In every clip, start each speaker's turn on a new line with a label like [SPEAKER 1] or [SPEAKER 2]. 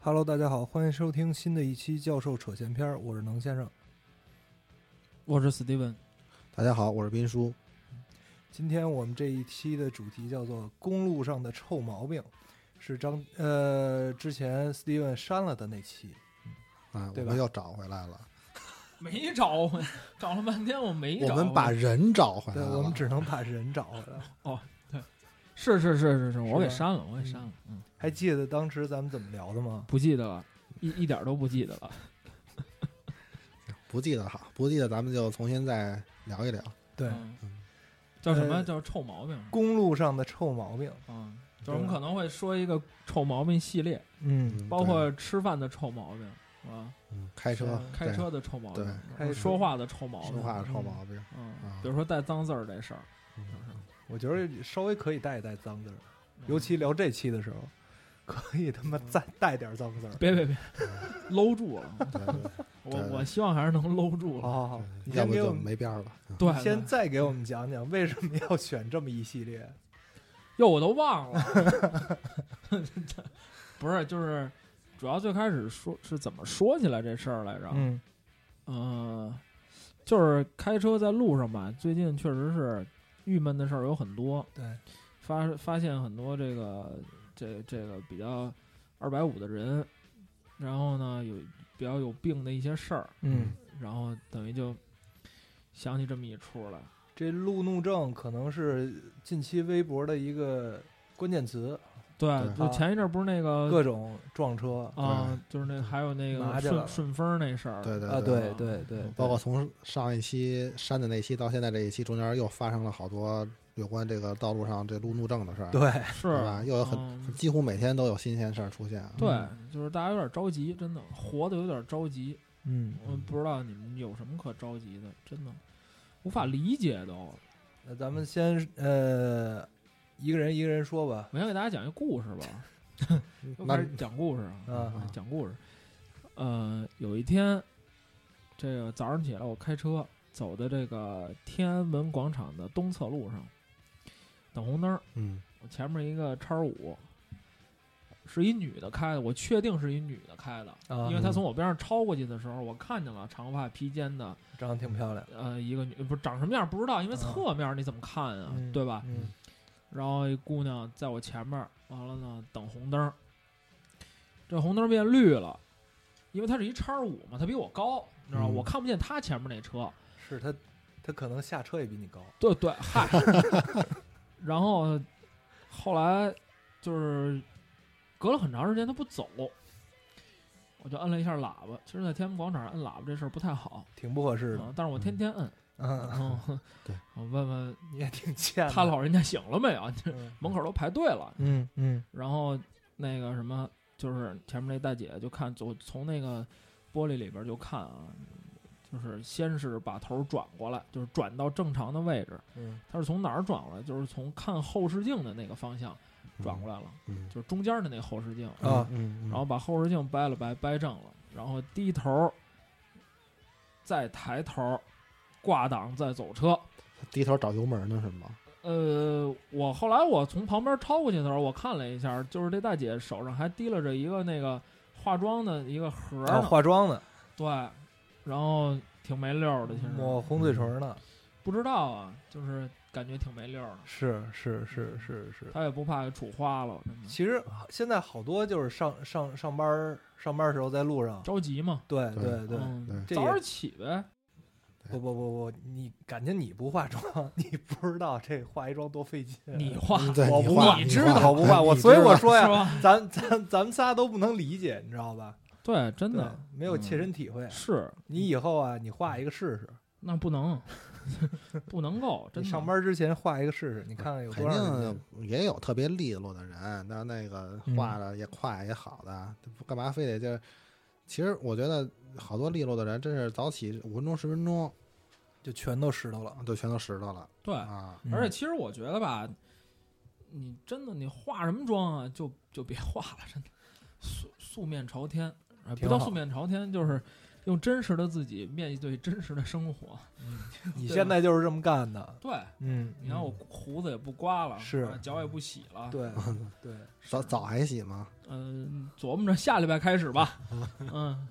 [SPEAKER 1] Hello，大家好，欢迎收听新的一期《教授扯闲篇》，我是能先生。
[SPEAKER 2] 我是 Steven，
[SPEAKER 3] 大家好，我是斌叔。
[SPEAKER 1] 今天我们这一期的主题叫做“公路上的臭毛病”，是张呃之前 Steven 删了的那期。
[SPEAKER 3] 啊，我
[SPEAKER 1] 对吧
[SPEAKER 3] 们又找回来了，
[SPEAKER 2] 没找回，找了半天我没找
[SPEAKER 3] 我
[SPEAKER 2] 回。
[SPEAKER 3] 们把人找回来
[SPEAKER 1] 对，
[SPEAKER 3] 了。
[SPEAKER 1] 我们只能把人找回来 了。
[SPEAKER 2] 是是是是是，我给
[SPEAKER 1] 是吧
[SPEAKER 2] 删了，我给删了，嗯，
[SPEAKER 1] 还记得当时咱们怎么聊的吗？
[SPEAKER 2] 不记得了，一一点都不记得了。
[SPEAKER 3] 不记得好，不记得咱们就重新再聊一聊。
[SPEAKER 1] 对，
[SPEAKER 2] 嗯，叫什么
[SPEAKER 1] 呃
[SPEAKER 2] 叫臭毛病？
[SPEAKER 1] 公路上的臭毛病。
[SPEAKER 2] 嗯，就我们可能会说一个臭毛病系列，
[SPEAKER 1] 嗯，
[SPEAKER 2] 包括吃饭的臭毛病啊，
[SPEAKER 3] 对嗯开车
[SPEAKER 2] 嗯，开
[SPEAKER 3] 对
[SPEAKER 2] 车的臭毛病，
[SPEAKER 3] 对
[SPEAKER 1] 开车
[SPEAKER 2] 嗯说话的臭毛病，
[SPEAKER 3] 说话的臭毛病。
[SPEAKER 2] 嗯，
[SPEAKER 3] 啊
[SPEAKER 2] 比如说带脏字儿这事儿，
[SPEAKER 1] 我觉得稍微可以带一带脏字儿，
[SPEAKER 3] 嗯
[SPEAKER 1] 尤其聊这期的时候，可以他妈再带点脏字儿。
[SPEAKER 2] 别别别，搂住了，
[SPEAKER 3] 对对
[SPEAKER 2] 我
[SPEAKER 3] 对
[SPEAKER 2] 我希望还是能搂住
[SPEAKER 1] 好
[SPEAKER 2] 了。
[SPEAKER 1] 好好，你
[SPEAKER 3] 对嗯要
[SPEAKER 1] 先
[SPEAKER 3] 不
[SPEAKER 1] 给我
[SPEAKER 3] 就
[SPEAKER 1] 们，
[SPEAKER 3] 没边儿了。嗯
[SPEAKER 2] 对，对
[SPEAKER 1] 先再给我们讲讲为什么要选这么一系列。
[SPEAKER 2] 哟，我都忘了，不是，就是主要最开始说是怎么说起来这事儿来着？
[SPEAKER 1] 嗯，
[SPEAKER 2] 嗯、就是开车在路上吧，最近确实是郁闷的事儿有很多，
[SPEAKER 1] 对，
[SPEAKER 2] 发发现很多这个这这个比较二百五的人，然后呢有比较有病的一些事儿，
[SPEAKER 1] 嗯，
[SPEAKER 2] 然后等于就想起这么一出来，
[SPEAKER 1] 这路怒症可能是近期微博的一个关键词，
[SPEAKER 2] 对，
[SPEAKER 3] 对
[SPEAKER 2] 就前一阵儿不是那个
[SPEAKER 1] 各种撞车
[SPEAKER 2] 啊，就是
[SPEAKER 3] 嗯
[SPEAKER 2] 那还有那
[SPEAKER 1] 麻
[SPEAKER 2] 个
[SPEAKER 1] 着了
[SPEAKER 2] 顺顺风那事儿，
[SPEAKER 3] 对对
[SPEAKER 1] 啊，
[SPEAKER 3] 对，
[SPEAKER 1] 对对对，
[SPEAKER 3] 包括从上一期删的那期到现在这一期，中间又发生了好多有关这个道路上这路怒症的事儿，
[SPEAKER 1] 对
[SPEAKER 2] 是
[SPEAKER 3] 对吧？又有很
[SPEAKER 2] 嗯
[SPEAKER 3] 几乎每天都有新鲜事儿出现啊。
[SPEAKER 2] 对，就是大家有点着急，真的活的有点着急。
[SPEAKER 1] 嗯，
[SPEAKER 2] 我不知道你们有什么可着急的，真的无法理解都。
[SPEAKER 1] 那咱们先呃，一个人一个人说吧，
[SPEAKER 2] 我先给大家讲一故事 吧，又
[SPEAKER 3] 那
[SPEAKER 2] 开始讲故事啊，
[SPEAKER 3] 嗯
[SPEAKER 1] 啊，
[SPEAKER 2] 讲故事。呃，有一天，这个早上起来，我开车走的这个天安门广场的东侧路上，等红灯儿，
[SPEAKER 3] 嗯
[SPEAKER 2] 我前面一个叉五，是一女的开的，我确定是一女的开的，
[SPEAKER 1] 啊
[SPEAKER 2] 因为她从我边上超过去的时候，我看见了长发披肩的
[SPEAKER 1] 嗯长得挺漂亮，
[SPEAKER 2] 呃一个女，不是长什么样不知道，因为
[SPEAKER 1] 啊
[SPEAKER 2] 侧面你怎么看啊，
[SPEAKER 1] 嗯
[SPEAKER 2] 对吧？
[SPEAKER 1] 嗯
[SPEAKER 2] 然后一姑娘在我前面，完了呢等红灯儿，这红灯儿变绿了，因为她是一叉五嘛，她比我高，你知道吗？
[SPEAKER 3] 嗯
[SPEAKER 2] 我看不见她前面那车，
[SPEAKER 1] 是他，他可能下车也比你高，
[SPEAKER 2] 对对，嗨。 然后后来就是隔了很长时间，他不走，我就摁了一下喇叭。其实，在天安门广场上摁喇叭这事儿不太好，
[SPEAKER 1] 挺不合适的，
[SPEAKER 2] 啊但是我天天摁。然
[SPEAKER 1] 嗯，
[SPEAKER 2] 后
[SPEAKER 3] 对，
[SPEAKER 2] 我问问
[SPEAKER 1] 你也挺欠的
[SPEAKER 2] 他老人家醒了没有？啊
[SPEAKER 1] 嗯
[SPEAKER 2] 门口都排队了。
[SPEAKER 1] 嗯嗯
[SPEAKER 2] 然后那个什么，就是前面那大姐就看，就从那个玻璃里边就看啊，就是先是把头转过来，就是转到正常的位置。
[SPEAKER 1] 嗯
[SPEAKER 2] 他是从哪儿转过来？就是从看后视镜的那个方向转过来了，
[SPEAKER 3] 嗯
[SPEAKER 2] 就是中间的那个后视镜，
[SPEAKER 1] 啊，
[SPEAKER 3] 嗯，
[SPEAKER 2] 然后把后视镜掰了掰，掰正了，然后低头，再抬头，挂档再走车。
[SPEAKER 3] 低头找油门呢是吗？
[SPEAKER 2] 呃，我后来我从旁边超过去的时候，我看了一下，就是这大姐手上还提了着一个那个化妆的一个盒儿呢，
[SPEAKER 1] 啊，化妆呢，
[SPEAKER 2] 对，然后挺没溜儿的，其实
[SPEAKER 1] 抹红嘴唇
[SPEAKER 2] 嗯
[SPEAKER 1] 呢，
[SPEAKER 2] 不知道啊，就是感觉挺没溜儿的，
[SPEAKER 1] 是是是是是，
[SPEAKER 2] 她也不怕给杵花了，真的
[SPEAKER 1] 其实现在好多就是上上上班儿上班儿时候在路上，
[SPEAKER 2] 着急嘛。
[SPEAKER 1] 对
[SPEAKER 3] 对
[SPEAKER 1] 对对，
[SPEAKER 2] 嗯，
[SPEAKER 1] 这
[SPEAKER 2] 早
[SPEAKER 1] 也
[SPEAKER 2] 点起呗。
[SPEAKER 1] 不不不不，你感觉你不化妆， 你不知道这化一妆多费劲。
[SPEAKER 2] 你画
[SPEAKER 3] 嗯对
[SPEAKER 1] 我
[SPEAKER 3] 你
[SPEAKER 1] 不
[SPEAKER 3] 画
[SPEAKER 1] 化，
[SPEAKER 2] 你
[SPEAKER 3] 你
[SPEAKER 2] 知
[SPEAKER 3] 画
[SPEAKER 2] 道
[SPEAKER 1] 我不化，我所以我说
[SPEAKER 2] 是
[SPEAKER 1] 呀，
[SPEAKER 2] 吧？
[SPEAKER 1] 咱咱咱们仨都不能理解，你知道吧？
[SPEAKER 2] 对，真
[SPEAKER 1] 对
[SPEAKER 2] 的
[SPEAKER 1] 没有切
[SPEAKER 2] 嗯
[SPEAKER 1] 身体会。啊
[SPEAKER 2] 是
[SPEAKER 1] 你以后啊，你画一个试试，
[SPEAKER 2] 那不能 不能够，真
[SPEAKER 1] 你
[SPEAKER 2] 的啊
[SPEAKER 1] 上班之前画一个试试，你看看有
[SPEAKER 3] 肯
[SPEAKER 1] 多少人
[SPEAKER 3] 定啊也有特别利落的人，那那个画的也快也好的，干嘛非得就？其实我觉得好多利落的人，真是早起五分钟十分钟
[SPEAKER 1] 就全都石头了。
[SPEAKER 3] 就全都拾掇了
[SPEAKER 2] 对，
[SPEAKER 3] 啊！
[SPEAKER 1] 嗯
[SPEAKER 2] 而且其实我觉得吧，你真的你化什么妆啊，就就别化了，真的素素面朝天，啊
[SPEAKER 1] 挺
[SPEAKER 2] 不叫
[SPEAKER 1] 好
[SPEAKER 2] 素面朝天，就是用真实的自己面对真实的生活。
[SPEAKER 1] 你
[SPEAKER 2] 对
[SPEAKER 1] 现在就是这么干的，
[SPEAKER 2] 对，
[SPEAKER 1] 嗯，
[SPEAKER 2] 你看我胡子也不刮了，
[SPEAKER 1] 是
[SPEAKER 2] 啊脚也不洗了，
[SPEAKER 1] 对
[SPEAKER 3] 嗯
[SPEAKER 1] 对，
[SPEAKER 3] 早早还洗吗？
[SPEAKER 2] 嗯、琢磨着下礼拜开 始吧，嗯，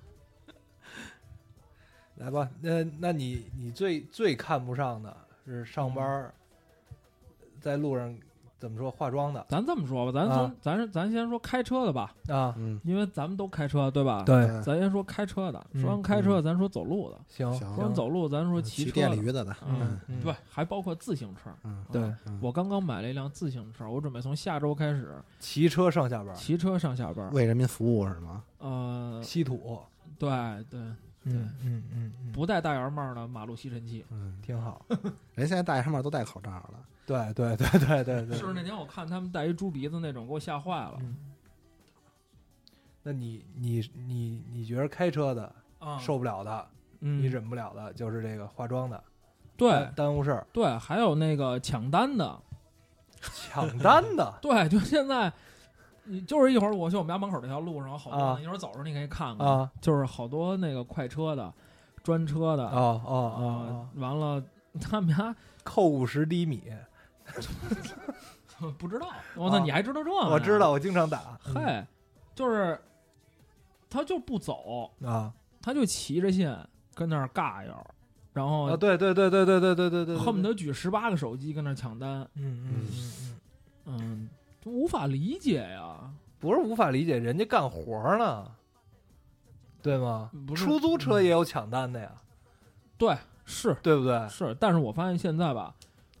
[SPEAKER 1] 来吧，那那你你最最看不上的是上班儿
[SPEAKER 2] 嗯
[SPEAKER 1] 在路上怎么说化妆的
[SPEAKER 2] 咱这么说吧，咱从、
[SPEAKER 1] 啊
[SPEAKER 2] 咱咱先说开车的吧，
[SPEAKER 1] 啊？
[SPEAKER 3] 嗯，
[SPEAKER 2] 因为咱们都开车对吧？，
[SPEAKER 1] 对，
[SPEAKER 3] 嗯
[SPEAKER 2] 咱先说开车的，
[SPEAKER 1] 嗯
[SPEAKER 2] 说完开车的，
[SPEAKER 3] 嗯
[SPEAKER 2] 咱说走路的，
[SPEAKER 1] 行
[SPEAKER 3] 行
[SPEAKER 2] 说完走路，咱说骑
[SPEAKER 3] 骑
[SPEAKER 2] 车
[SPEAKER 3] 电
[SPEAKER 2] 的
[SPEAKER 3] 里，鱼的呢？
[SPEAKER 2] 嗯
[SPEAKER 1] 嗯，嗯
[SPEAKER 2] 对，还包括自行车。
[SPEAKER 3] 嗯，
[SPEAKER 1] 对，
[SPEAKER 2] 我刚刚买了一辆自行车，我准备从下周开始
[SPEAKER 1] 骑车上下班儿，
[SPEAKER 2] 骑车上下班。
[SPEAKER 3] 为人民服务是吗？嗯
[SPEAKER 2] 呃，
[SPEAKER 1] 稀土，
[SPEAKER 2] 对对，
[SPEAKER 1] 嗯嗯嗯嗯，
[SPEAKER 2] 不戴大檐帽的马路吸尘器。
[SPEAKER 3] 嗯，
[SPEAKER 1] 挺好。
[SPEAKER 3] 人现在戴上面都戴口罩了，
[SPEAKER 1] 对对对对对对，
[SPEAKER 2] 就是那天我看他们戴一猪鼻子那种，给我吓坏了
[SPEAKER 1] 嗯。那你你你你觉得开车的
[SPEAKER 2] 啊！
[SPEAKER 1] 受不了的，
[SPEAKER 2] 嗯
[SPEAKER 1] 你，忍不了的，就是这个化妆的，
[SPEAKER 2] 对
[SPEAKER 1] 耽耽误事儿，
[SPEAKER 2] 对，还有那个抢单的，
[SPEAKER 1] 抢单的
[SPEAKER 2] 对，就现在，你就是一会儿我去我们家门口这条路上，有好多
[SPEAKER 1] 啊
[SPEAKER 2] 呢，一会儿走的时候你可以看看，
[SPEAKER 1] 啊
[SPEAKER 2] 就是好多那个快车的、专车的
[SPEAKER 1] 哦哦哦
[SPEAKER 2] 啊
[SPEAKER 1] 哦，
[SPEAKER 2] 完了他们家
[SPEAKER 1] 扣五十厘米，
[SPEAKER 2] 不知道，我操，
[SPEAKER 1] 啊
[SPEAKER 2] 你还知道这个？
[SPEAKER 1] 我知道，，我经常打。
[SPEAKER 2] 嘿，嗯就是他就不走，
[SPEAKER 1] 嗯啊
[SPEAKER 2] 他就骑着线跟那儿尬摇，然
[SPEAKER 1] 啊，
[SPEAKER 2] 后
[SPEAKER 1] 对对对对对对对对对，
[SPEAKER 2] 嗯恨不得举十八个手机跟那儿抢单，
[SPEAKER 1] 嗯嗯嗯嗯，
[SPEAKER 2] 嗯，就无法理解呀。
[SPEAKER 1] 不是无法理解，人家干活儿呢，对吗？
[SPEAKER 2] 嗯不是
[SPEAKER 1] 出租车也有抢单的呀，
[SPEAKER 2] 对，是
[SPEAKER 1] 对不对？
[SPEAKER 2] 是，但是我发现现在吧，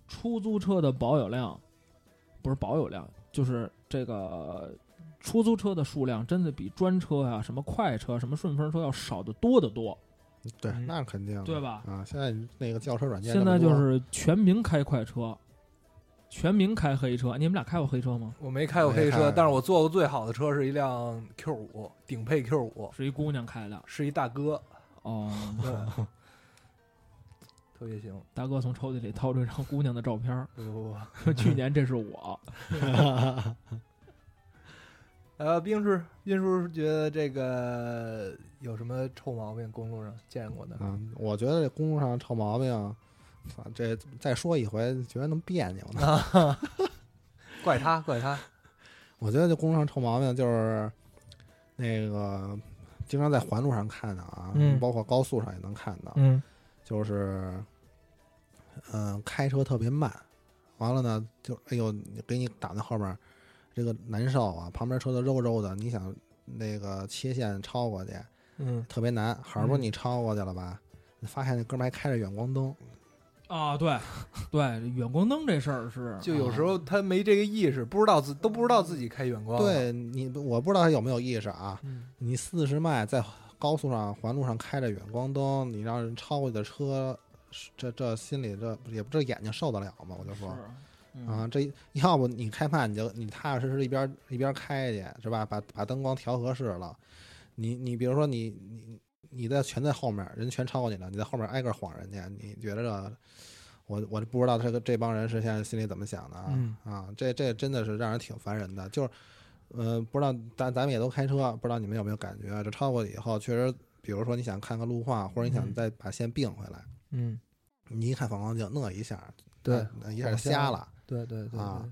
[SPEAKER 2] 出租车的保有量不是保有量，就是这个。出租车的数量真的比专车呀、什么快车、什么顺风车要少得多得多，
[SPEAKER 3] 对，
[SPEAKER 1] 嗯
[SPEAKER 3] 那肯定的
[SPEAKER 2] 对吧？
[SPEAKER 3] 啊，现在那个轿车软件
[SPEAKER 2] 现
[SPEAKER 3] 那么
[SPEAKER 2] 在
[SPEAKER 3] 多啊
[SPEAKER 2] 就是全民开快车，全民开黑车。你们俩开过黑车吗？
[SPEAKER 1] 我没开过黑
[SPEAKER 3] 没开
[SPEAKER 1] 车
[SPEAKER 3] 过，
[SPEAKER 1] 但是我坐过最好的车是一辆 Q 五顶配 Q 五，
[SPEAKER 2] 是一姑娘开的。
[SPEAKER 1] 是一大哥，
[SPEAKER 2] 哦，
[SPEAKER 1] 对 特别行。
[SPEAKER 2] 大哥从抽屉里掏出一张姑娘的照 片儿，
[SPEAKER 1] 不不不，
[SPEAKER 2] 说去年这是我。
[SPEAKER 1] 呃，冰叔，冰叔觉得这个有什么臭毛病？公路上见过的？
[SPEAKER 3] 啊，我觉得这公路上臭毛病，啊这再说一回，觉得那么别扭呢。
[SPEAKER 1] 啊怪他，怪他。
[SPEAKER 3] 我觉得这公路上臭毛病就是那个经常在环路上看到啊，
[SPEAKER 1] 嗯
[SPEAKER 3] 包括高速上也能看到，
[SPEAKER 1] 嗯
[SPEAKER 3] 就是嗯、开车特别慢，完了呢，就哎呦，给你挡在后面，这个难受啊，旁边车都肉肉的，你想那个切线超过去
[SPEAKER 1] 嗯，
[SPEAKER 3] 特别难，好不容易你超过去了吧，你发现那哥们儿还开着远光灯，
[SPEAKER 2] 啊，对，对，远光灯这事儿是
[SPEAKER 1] 就有时候他没这个意识，不知道自都不知道自己开远光。，
[SPEAKER 3] 对你，我不知道他有没有意识啊。
[SPEAKER 1] 嗯
[SPEAKER 3] 你四十迈在高速上环路上开着远光灯，你让人超过去的车，这这心里这也不这眼睛受得了吗？我就说
[SPEAKER 2] 是，嗯
[SPEAKER 3] 啊，这要不你开慢你就你踏踏实实一边一边开去是吧？把把灯光调合适了，你你比如说你你你在全在后面，人全超过你了，你在后面挨个晃人家，你觉得这我我不知道这个这帮人是现在心里怎么想的啊、
[SPEAKER 1] 嗯
[SPEAKER 3] 啊，这这真的是让人挺烦人的，就是。呃，不知道咱咱们也都开车，不知道你们有没有感觉，这啊超过以后，确实，比如说你想看看路况，或者你想
[SPEAKER 1] 嗯
[SPEAKER 3] 再把线并回来，
[SPEAKER 1] 嗯，
[SPEAKER 3] 你一看反光镜，那一下，
[SPEAKER 1] 对
[SPEAKER 3] 啊那一下
[SPEAKER 1] 晃瞎
[SPEAKER 3] 瞎
[SPEAKER 1] 了
[SPEAKER 3] 了。
[SPEAKER 1] 对对对
[SPEAKER 3] 啊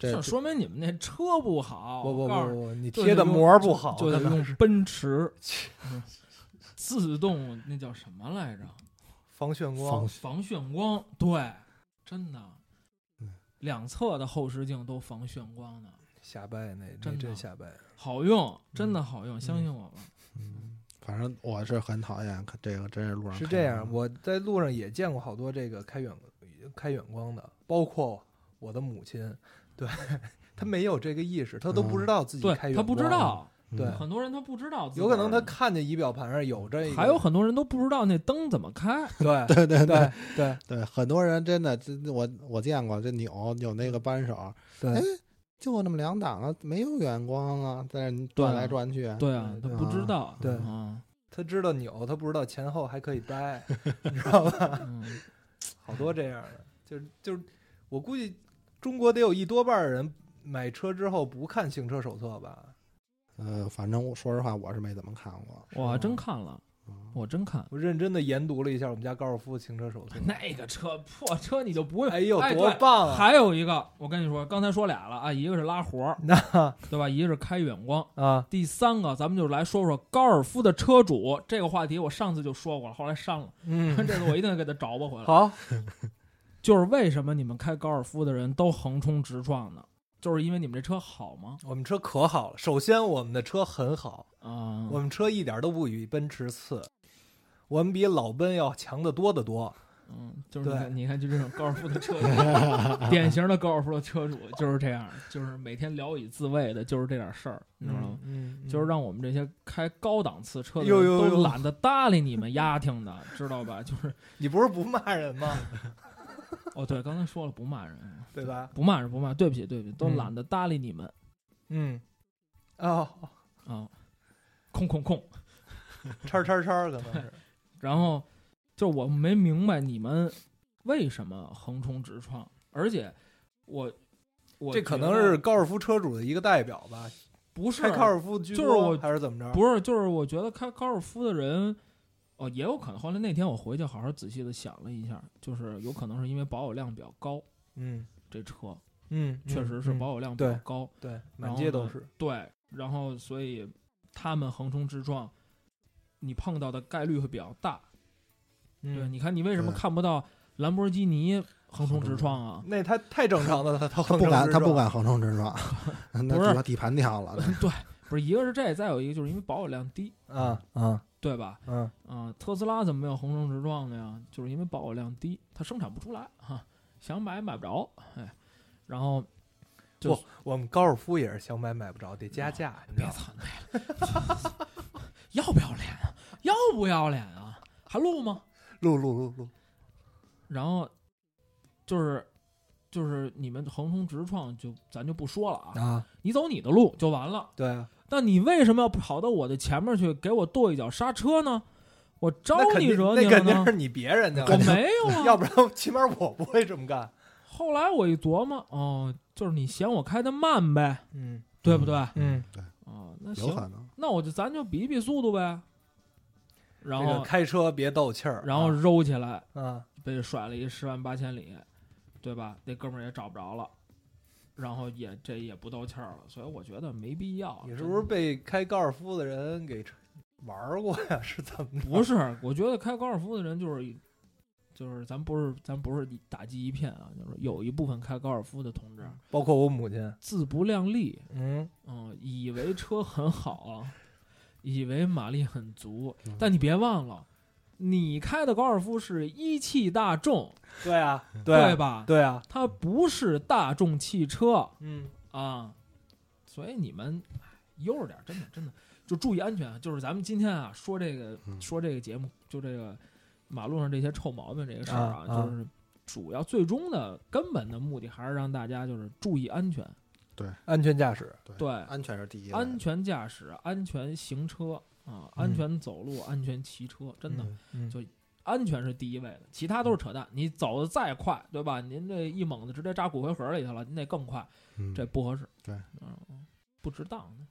[SPEAKER 1] 对
[SPEAKER 3] 这
[SPEAKER 2] 这说明你们那车不好。
[SPEAKER 1] 不不
[SPEAKER 2] 我告诉
[SPEAKER 1] 不
[SPEAKER 2] 你，哦
[SPEAKER 1] 不，你
[SPEAKER 2] 就
[SPEAKER 1] 贴
[SPEAKER 2] 得
[SPEAKER 1] 的
[SPEAKER 2] 用
[SPEAKER 1] 膜儿不好，
[SPEAKER 2] 就得
[SPEAKER 1] 可能
[SPEAKER 2] 用
[SPEAKER 1] 是
[SPEAKER 2] 奔驰 自动那叫什么来着？
[SPEAKER 1] 防眩光。
[SPEAKER 2] 防眩光，对，真的
[SPEAKER 3] 嗯，
[SPEAKER 2] 两侧的后视镜都防眩光的，
[SPEAKER 1] 瞎掰那那
[SPEAKER 2] 真的
[SPEAKER 1] 真瞎掰。
[SPEAKER 2] 好用，真的
[SPEAKER 1] 嗯
[SPEAKER 2] 好用，相信我吧。
[SPEAKER 3] 嗯，反正我是很讨厌看这个，真是路上
[SPEAKER 1] 是
[SPEAKER 3] 看
[SPEAKER 1] 这
[SPEAKER 3] 见
[SPEAKER 1] 样，
[SPEAKER 3] 的
[SPEAKER 1] 我在路上也见过好多这个开远开远光的，包括 我的母亲，对她没有这个意识，她都不知道自己
[SPEAKER 2] 嗯对
[SPEAKER 1] 开远
[SPEAKER 2] 他
[SPEAKER 1] 光，
[SPEAKER 2] 不知道，
[SPEAKER 1] 对
[SPEAKER 3] 嗯
[SPEAKER 2] 很多人他不知道自个儿，
[SPEAKER 1] 哎有可能他看见仪表盘上有这一个，
[SPEAKER 2] 还有很多人都不知道那灯怎么开，
[SPEAKER 1] 对
[SPEAKER 3] 对对对
[SPEAKER 1] 对对
[SPEAKER 3] 对，很多人真的，这我我见过，这扭扭那个扳手，哎
[SPEAKER 1] 对，
[SPEAKER 3] 就那么两档啊，没有远光啊，在那
[SPEAKER 2] 对
[SPEAKER 3] 转来转去，
[SPEAKER 2] 对啊，他
[SPEAKER 1] 对
[SPEAKER 2] 不知道，
[SPEAKER 1] 对
[SPEAKER 2] 啊，
[SPEAKER 1] 他知道扭，他不知道前后还可以掰，你知道吧？
[SPEAKER 2] 嗯
[SPEAKER 1] 好多这样的，就是就是，我估计中国得有一多半儿人买车之后不看行车手册吧？
[SPEAKER 3] 呃，反正我说实话，我是没怎么看过。
[SPEAKER 2] 我
[SPEAKER 1] 嗯
[SPEAKER 2] 还真看了，我真看
[SPEAKER 1] 我认真的研读了一下我们家高尔夫行车手册，
[SPEAKER 2] 那个车破车你就不会
[SPEAKER 1] 嗯哎呦，
[SPEAKER 2] 哎
[SPEAKER 1] 多
[SPEAKER 2] 对
[SPEAKER 1] 棒啊！
[SPEAKER 2] 还有一个，我跟你说，刚才说俩了啊，一个是拉活儿，
[SPEAKER 1] 那
[SPEAKER 2] 对吧？一个是开远光，
[SPEAKER 1] 啊，
[SPEAKER 2] 第三个咱们就来说说高尔夫的车主这个话题，我上次就说过了，后来删了，
[SPEAKER 1] 嗯，
[SPEAKER 2] 这次我一定给他找吧回来。
[SPEAKER 1] 好，
[SPEAKER 2] 就是为什么你们开高尔夫的人都横冲直撞呢？就是因为你们这车好吗？
[SPEAKER 1] 我们车可好了。首先，我们的车很好，
[SPEAKER 2] 啊、
[SPEAKER 1] 我们车一点都不比奔驰次，我们比老奔要强得多得多。
[SPEAKER 2] 嗯，就是你
[SPEAKER 1] 对
[SPEAKER 2] 看，你看，就这种高尔夫的车主， 典型的高尔夫的车主就是这样，就是每天聊以自慰的，就是这点事儿，你知道吗？
[SPEAKER 1] 嗯，嗯
[SPEAKER 2] 就是让我们这些开高档次车的人
[SPEAKER 1] 呦呦呦
[SPEAKER 2] 都懒得搭理你们丫挺的，知道吧？就是
[SPEAKER 1] 你不是不骂人 吗？
[SPEAKER 2] 哦，对，刚才说了不骂人，
[SPEAKER 1] 对吧？
[SPEAKER 2] 不骂人，不骂人，对不起，对不起，都
[SPEAKER 1] 嗯
[SPEAKER 2] 懒得搭理你们
[SPEAKER 1] 嗯，哦，
[SPEAKER 2] 啊，控控控。
[SPEAKER 1] 叉叉叉，可能是，
[SPEAKER 2] 然后就我没明白你们为什么横冲直撞，而且我 我
[SPEAKER 1] 这可能
[SPEAKER 2] 觉得
[SPEAKER 1] 是高尔夫车主的一个代表吧？
[SPEAKER 2] 不是啊
[SPEAKER 1] 开高尔夫居多
[SPEAKER 2] 就是我
[SPEAKER 1] 还是怎么着？
[SPEAKER 2] 不是，就是我觉得开高尔夫的人，哦，也有可能。后来那天我回去好好仔细的想了一下，就是有可能是因为保有量比较高，
[SPEAKER 1] 嗯
[SPEAKER 2] 这车
[SPEAKER 1] 嗯，
[SPEAKER 2] 确实是
[SPEAKER 1] 嗯嗯
[SPEAKER 2] 保有量比较
[SPEAKER 1] 对
[SPEAKER 2] 高，
[SPEAKER 1] 对，
[SPEAKER 2] 然
[SPEAKER 1] 满
[SPEAKER 2] 后
[SPEAKER 1] 街都
[SPEAKER 2] 呢
[SPEAKER 1] 是。
[SPEAKER 2] 对，然后所以他们横冲直撞，你碰到的概率会比较大。对，
[SPEAKER 1] 嗯，
[SPEAKER 2] 你看你为什么
[SPEAKER 3] 对
[SPEAKER 2] 看不到兰博基尼横冲直撞啊？
[SPEAKER 1] 那他太正常了，他他
[SPEAKER 3] 他
[SPEAKER 1] 横
[SPEAKER 3] 不
[SPEAKER 1] 冲
[SPEAKER 3] 敢，
[SPEAKER 1] 直
[SPEAKER 3] 他不
[SPEAKER 1] 撞。
[SPEAKER 3] 敢横冲直撞，那
[SPEAKER 2] 不是
[SPEAKER 3] 底盘底盘掉了。
[SPEAKER 2] 对，不是一个是这，再有一个就是因为保有量低，
[SPEAKER 1] 啊啊
[SPEAKER 2] 对吧？
[SPEAKER 1] 嗯
[SPEAKER 2] 啊、特斯拉怎么没有横冲直撞的呀？就是因为保有量低，它生产不出来哈、想买买不着，哎，然后就
[SPEAKER 1] 不，我们高尔夫也是想买买不着，得加价，你知
[SPEAKER 2] 别
[SPEAKER 1] 道吗？
[SPEAKER 2] 操你妹了， 要不要脸啊？要不要脸啊？还录吗？
[SPEAKER 1] 录录录录，
[SPEAKER 2] 然后就是就是你们横冲直撞就咱就不说了啊，
[SPEAKER 1] 啊，
[SPEAKER 2] 你走你的路就完了。
[SPEAKER 1] 对啊，
[SPEAKER 2] 但你为什么要跑到我的前面去给我跺一脚刹车呢？我招
[SPEAKER 1] 那肯
[SPEAKER 2] 你
[SPEAKER 1] 定
[SPEAKER 2] 惹你
[SPEAKER 1] 那
[SPEAKER 2] 了
[SPEAKER 1] 肯定
[SPEAKER 2] 呢
[SPEAKER 1] 是？你别人家
[SPEAKER 2] 我
[SPEAKER 1] 了，
[SPEAKER 2] 没有 啊，
[SPEAKER 1] 要不然起码我不会这么干。
[SPEAKER 2] 后来我一琢磨，哦，就是你嫌我开的慢呗，
[SPEAKER 1] 嗯
[SPEAKER 2] 对不对？
[SPEAKER 1] 嗯，
[SPEAKER 2] 哦，那
[SPEAKER 3] 有可
[SPEAKER 2] 行，
[SPEAKER 3] 能，
[SPEAKER 2] 那我就咱就比比速度呗。然
[SPEAKER 1] 这个
[SPEAKER 2] 后，
[SPEAKER 1] 开车别斗气儿，
[SPEAKER 2] 然后揉起来，
[SPEAKER 1] 啊，
[SPEAKER 2] 被甩了一十万八千里，对吧？那哥们儿也找不着了，然后也这也不斗气儿了，所以我觉得没必要。
[SPEAKER 1] 你是
[SPEAKER 2] 真
[SPEAKER 1] 不是被开高尔夫的人给玩儿过呀？是怎 么着？
[SPEAKER 2] 不是，我觉得开高尔夫的人就是，就是咱不是咱不是打击一片啊，就是有一部分开高尔夫的同志
[SPEAKER 1] 包括我母亲，
[SPEAKER 2] 自不量力，
[SPEAKER 1] 嗯，
[SPEAKER 2] 嗯，以为车很好，啊 以为马力很足，但你别忘了，你开的高尔夫是一汽大众，
[SPEAKER 1] 对啊，
[SPEAKER 2] 对
[SPEAKER 1] 啊，
[SPEAKER 2] 吧？
[SPEAKER 1] 对啊，
[SPEAKER 2] 它不是大众汽车
[SPEAKER 1] 嗯，
[SPEAKER 2] 啊，所以你们哎悠着点儿，真的真的就注意安全啊。就是咱们今天啊说这个
[SPEAKER 3] 嗯
[SPEAKER 2] 说这个节目，就这个马路上这些臭毛病这个事儿
[SPEAKER 1] 啊
[SPEAKER 2] 啊，
[SPEAKER 1] 啊
[SPEAKER 2] 就是主要最终的根本的目的还是让大家就是注意安全，
[SPEAKER 1] 安全驾驶，
[SPEAKER 2] 对，
[SPEAKER 3] 安全是第一位的。
[SPEAKER 2] 安全驾驶、安全行车啊，
[SPEAKER 3] 嗯
[SPEAKER 2] 安全走路、安全骑车，真的、
[SPEAKER 1] 嗯，
[SPEAKER 2] 就安全是第一位的，其他都是扯淡。你走的再快，对吧？您这一猛子直接扎骨灰盒里去了，您得更快，
[SPEAKER 3] 嗯
[SPEAKER 2] 这不合适。
[SPEAKER 3] 对
[SPEAKER 2] 嗯，不值当的。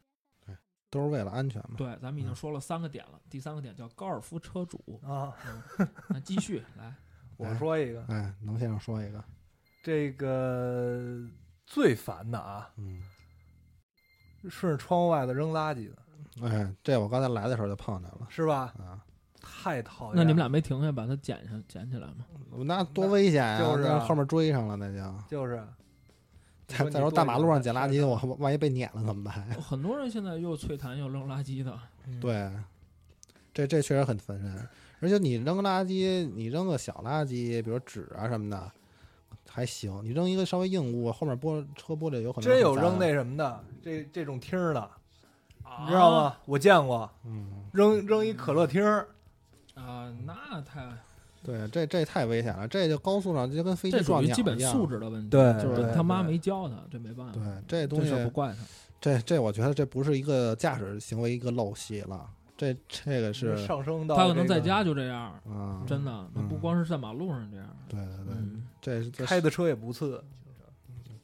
[SPEAKER 3] 都是为了安全嘛。
[SPEAKER 2] 对，咱们
[SPEAKER 3] 嗯
[SPEAKER 2] 已经说了三个点了，第三个点叫高尔夫车 主。
[SPEAKER 1] 啊，
[SPEAKER 2] 那继续来，
[SPEAKER 1] 我说一个，
[SPEAKER 3] 哎，能先生说一个，
[SPEAKER 1] 这个最烦的啊，
[SPEAKER 3] 嗯，
[SPEAKER 1] 顺着窗户外头扔垃圾的，
[SPEAKER 3] 哎，这我刚才来的时候就碰见了
[SPEAKER 1] 是吧？
[SPEAKER 3] 啊，
[SPEAKER 1] 太讨厌。
[SPEAKER 2] 那你们俩没停下把它捡上捡起来吗？
[SPEAKER 3] 那多危险呀！
[SPEAKER 1] 就是啊
[SPEAKER 3] 那后面追上了，那就
[SPEAKER 1] 就是，
[SPEAKER 3] 再
[SPEAKER 1] 你
[SPEAKER 3] 再
[SPEAKER 1] 多
[SPEAKER 3] 说
[SPEAKER 1] 一
[SPEAKER 3] 大马
[SPEAKER 1] 个
[SPEAKER 3] 路上捡垃圾，我我万一被撵了怎么办呀？
[SPEAKER 2] 很多人现在又脆弹又扔垃圾的，
[SPEAKER 1] 嗯
[SPEAKER 3] 对，这这确实很烦人。而且你扔垃圾，你扔个小垃圾，比如纸啊什么的，还行。你扔一个稍微硬物，后面玻车玻璃有可能
[SPEAKER 1] 真有
[SPEAKER 3] 很脏
[SPEAKER 1] 扔那什么的，这这种厅儿的，你知道
[SPEAKER 2] 啊
[SPEAKER 1] 吗？我见过
[SPEAKER 3] 嗯，
[SPEAKER 1] 扔扔一可乐听儿，
[SPEAKER 2] 啊，那太
[SPEAKER 3] 对，这这太危险了，这就高速上就跟飞
[SPEAKER 2] 这
[SPEAKER 3] 机
[SPEAKER 2] 属
[SPEAKER 3] 撞
[SPEAKER 2] 于
[SPEAKER 3] 鸟
[SPEAKER 2] 基本
[SPEAKER 3] 一样
[SPEAKER 2] 素。质的问题，
[SPEAKER 1] 对
[SPEAKER 2] 就是
[SPEAKER 1] 对
[SPEAKER 2] 他妈
[SPEAKER 3] 对
[SPEAKER 2] 没教他，这没办
[SPEAKER 3] 对
[SPEAKER 2] 法，，
[SPEAKER 3] 这东
[SPEAKER 2] 这
[SPEAKER 3] 西
[SPEAKER 2] 事儿不怪他。
[SPEAKER 3] 这这，我觉得这不是一个驾驶行为一个陋习了，这这个是
[SPEAKER 1] 上升到
[SPEAKER 2] 他可
[SPEAKER 1] 这
[SPEAKER 2] 能
[SPEAKER 1] 个
[SPEAKER 2] 在家就这样，
[SPEAKER 3] 啊，
[SPEAKER 2] 真的，那不光是在马路上这样。
[SPEAKER 3] 对对对，
[SPEAKER 2] 嗯，
[SPEAKER 3] 这这
[SPEAKER 1] 开的车也不次，